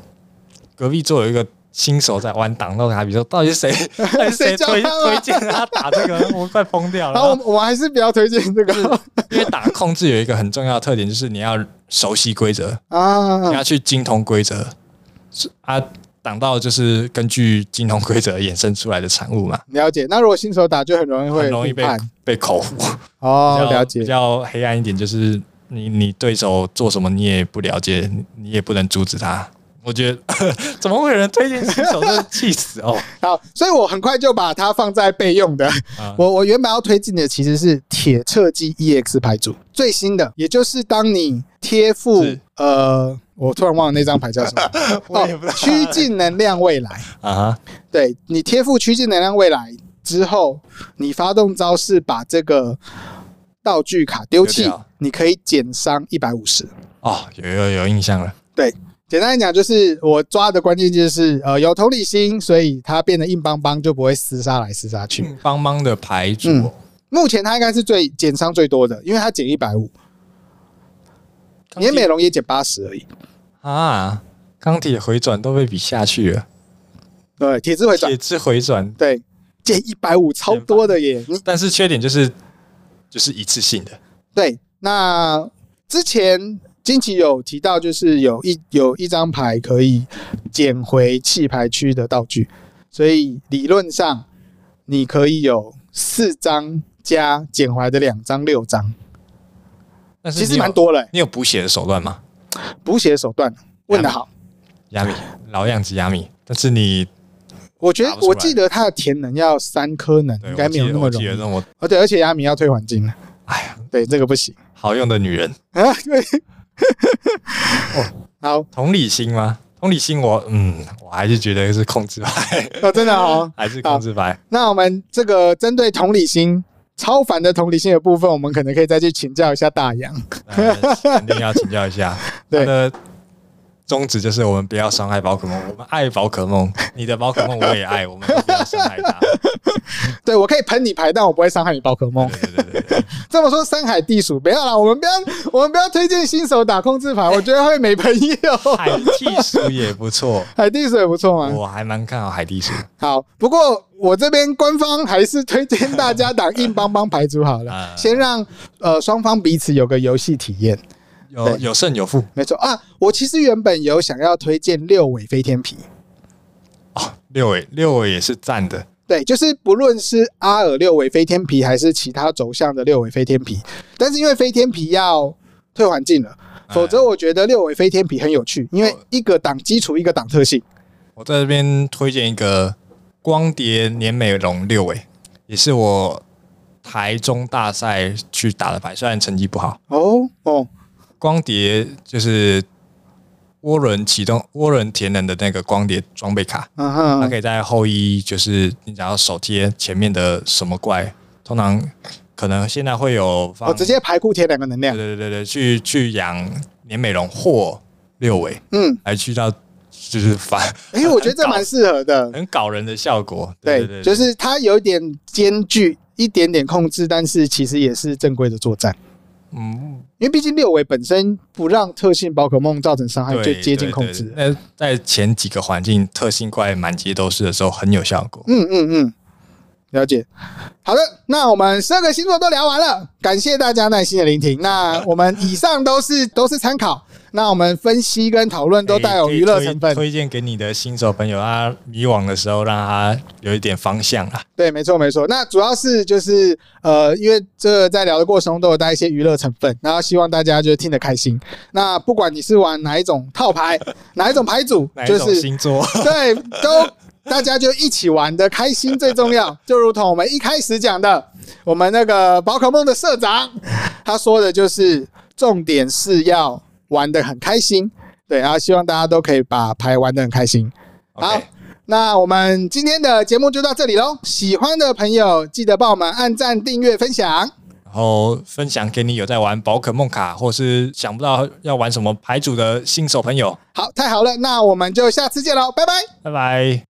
隔壁座有一个新手在玩挡到卡比兽，到底是 谁？到底是谁叫推他啊推荐他打这个？我快疯掉了。然后我们我们还是不要推荐这个因为打控制有一个很重要的特点，就是你要熟悉规则，你啊要。去精通规则。是啊，挡到就是根据精通规则衍生出来的产物嘛。了解。那如果新手打就很容易会很容易被误判被口误。哦比，较了比解。较黑暗一点，就是你你对手做什么你也不了解，你你也不能阻止他。我觉得 怎么会有人推荐新手，真的气死哦！好，所以我很快就把它放在备用的。啊我我原本要推荐的其实是铁侧击 EX 牌组最新的，也就是当你贴附是呃，我突然忘了那张牌叫什么， 哦我也不知道趋近能量未来。 啊哈，对你贴附趋近能量未来之后，你发动招式把这个道具卡丢弃丢掉，你可以减伤一百五十。哦，有有有印象了，简单来讲，就是我抓的关键就是呃有同理心，所以它变得硬邦邦，就不会厮杀来厮杀去。嗯帮忙的牌组嗯目前它应该是最减伤最多的，因为它减一百五，也年美嗯容也减八十而已。啊，钢铁回转都被比下去了，对，铁之回转铁之回转，对减一百五超多的耶，你但是缺点就是就是一次性的，对，那之前金奇有提到，就是有一有一张牌可以捡回弃牌区的道具，所以理论上你可以有四张加捡回来的两张，六张，但是其实你有蛮。多了、你有补血的手段吗？补血手段问得好，亚哎米，老样子亚米，但是你我觉得打不出来我记得他的填能要三颗能，对应该没有那么我记容易。得我记得让我而且而且亚米要退还金了，哎呀，对这个不 行 好用的女人，啊。对，好，同理心吗？同理心我，嗯，我还是觉得是控制牌，哦，真的好、还是控制牌。那我们这个针对同理心超凡的同理心的部分，我们可能可以再去请教一下大洋。 呃肯定要请教一下。对它的宗旨就是我们不要伤害宝可梦，我们爱宝可梦，你的宝可梦我也爱，我们都不要伤害它。对我可以喷你牌，但我不会伤害你宝可梦。对对对对，这么说山海地鼠不要啦，我们不要我们不要推荐新手打控制牌，我觉得会没朋 友。海地鼠也不错，海地鼠也不错嘛。我还蛮看好海地鼠。好，不过我这边官方还是推荐大家打硬邦邦牌组好了，啊先让呃双方彼此有个游戏体验。有有胜有负没错啊，我其实原本有想要推荐六尾飞天皮，哦，六尾六尾也是赞的，对，就是不论是阿尔六尾飞天皮还是其他轴向的六尾飞天皮，但是因为飞天皮要退环境了，否哎则我觉得六尾飞天皮很有趣，因为哦一个挡基础，一个挡特性。我在这边推荐一个光碟年美容六尾，也是我台中大赛去打的牌，虽然成绩不好。哦哦，光碟就是涡轮启动、涡轮填能的那个光碟装备卡，嗯哼，它可以在后一，就是你只要手贴前面的什么怪，通常可能现在会有放，我哦直接排库贴两个能对量。对对对，去去养年美容或六尾，嗯，来去到就是反。哎、我觉得这蛮适合的很搞人的效果。哎对对，对，就是它有一点间距，一点点控制，但是其实也是正规的作战。嗯，因为毕竟六维本身不让特性宝可梦造成伤害，对，啊就接近对控对制。那在前几个环境特性怪满街都是的时候很有效果。嗯嗯嗯，了解。好的，那我们十二个星座都聊完了，感谢大家耐心的聆听。那我们以上都是 都是参考，那我们分析跟讨论 都带有娱乐成可以分。推推荐给你的新手朋友，他迷惘的时候，让他有一点方向啊。对，没错没错。那主要是就是呃，因为这个在聊的过程中都有带一些娱乐成分，然后希望大家就听得开心。那不管你是玩哪一种套牌，哪一种牌组 哪，一就种是 星 座？对，都大家就一起玩的开心最重要。就如同我们一开始讲的，我们那个宝可梦的社长他说的就是，重点是要玩的很开心。对，然后希望大家都可以把牌玩的很开心。好 OK，那我们今天的节目就到这里喽。喜欢的朋友记得帮我们按赞、订阅、分享。然后分享给你有在玩宝可梦卡，或是想不到要玩什么牌组的新手朋友，好，太好了，那我们就下次见喽，拜拜。拜拜。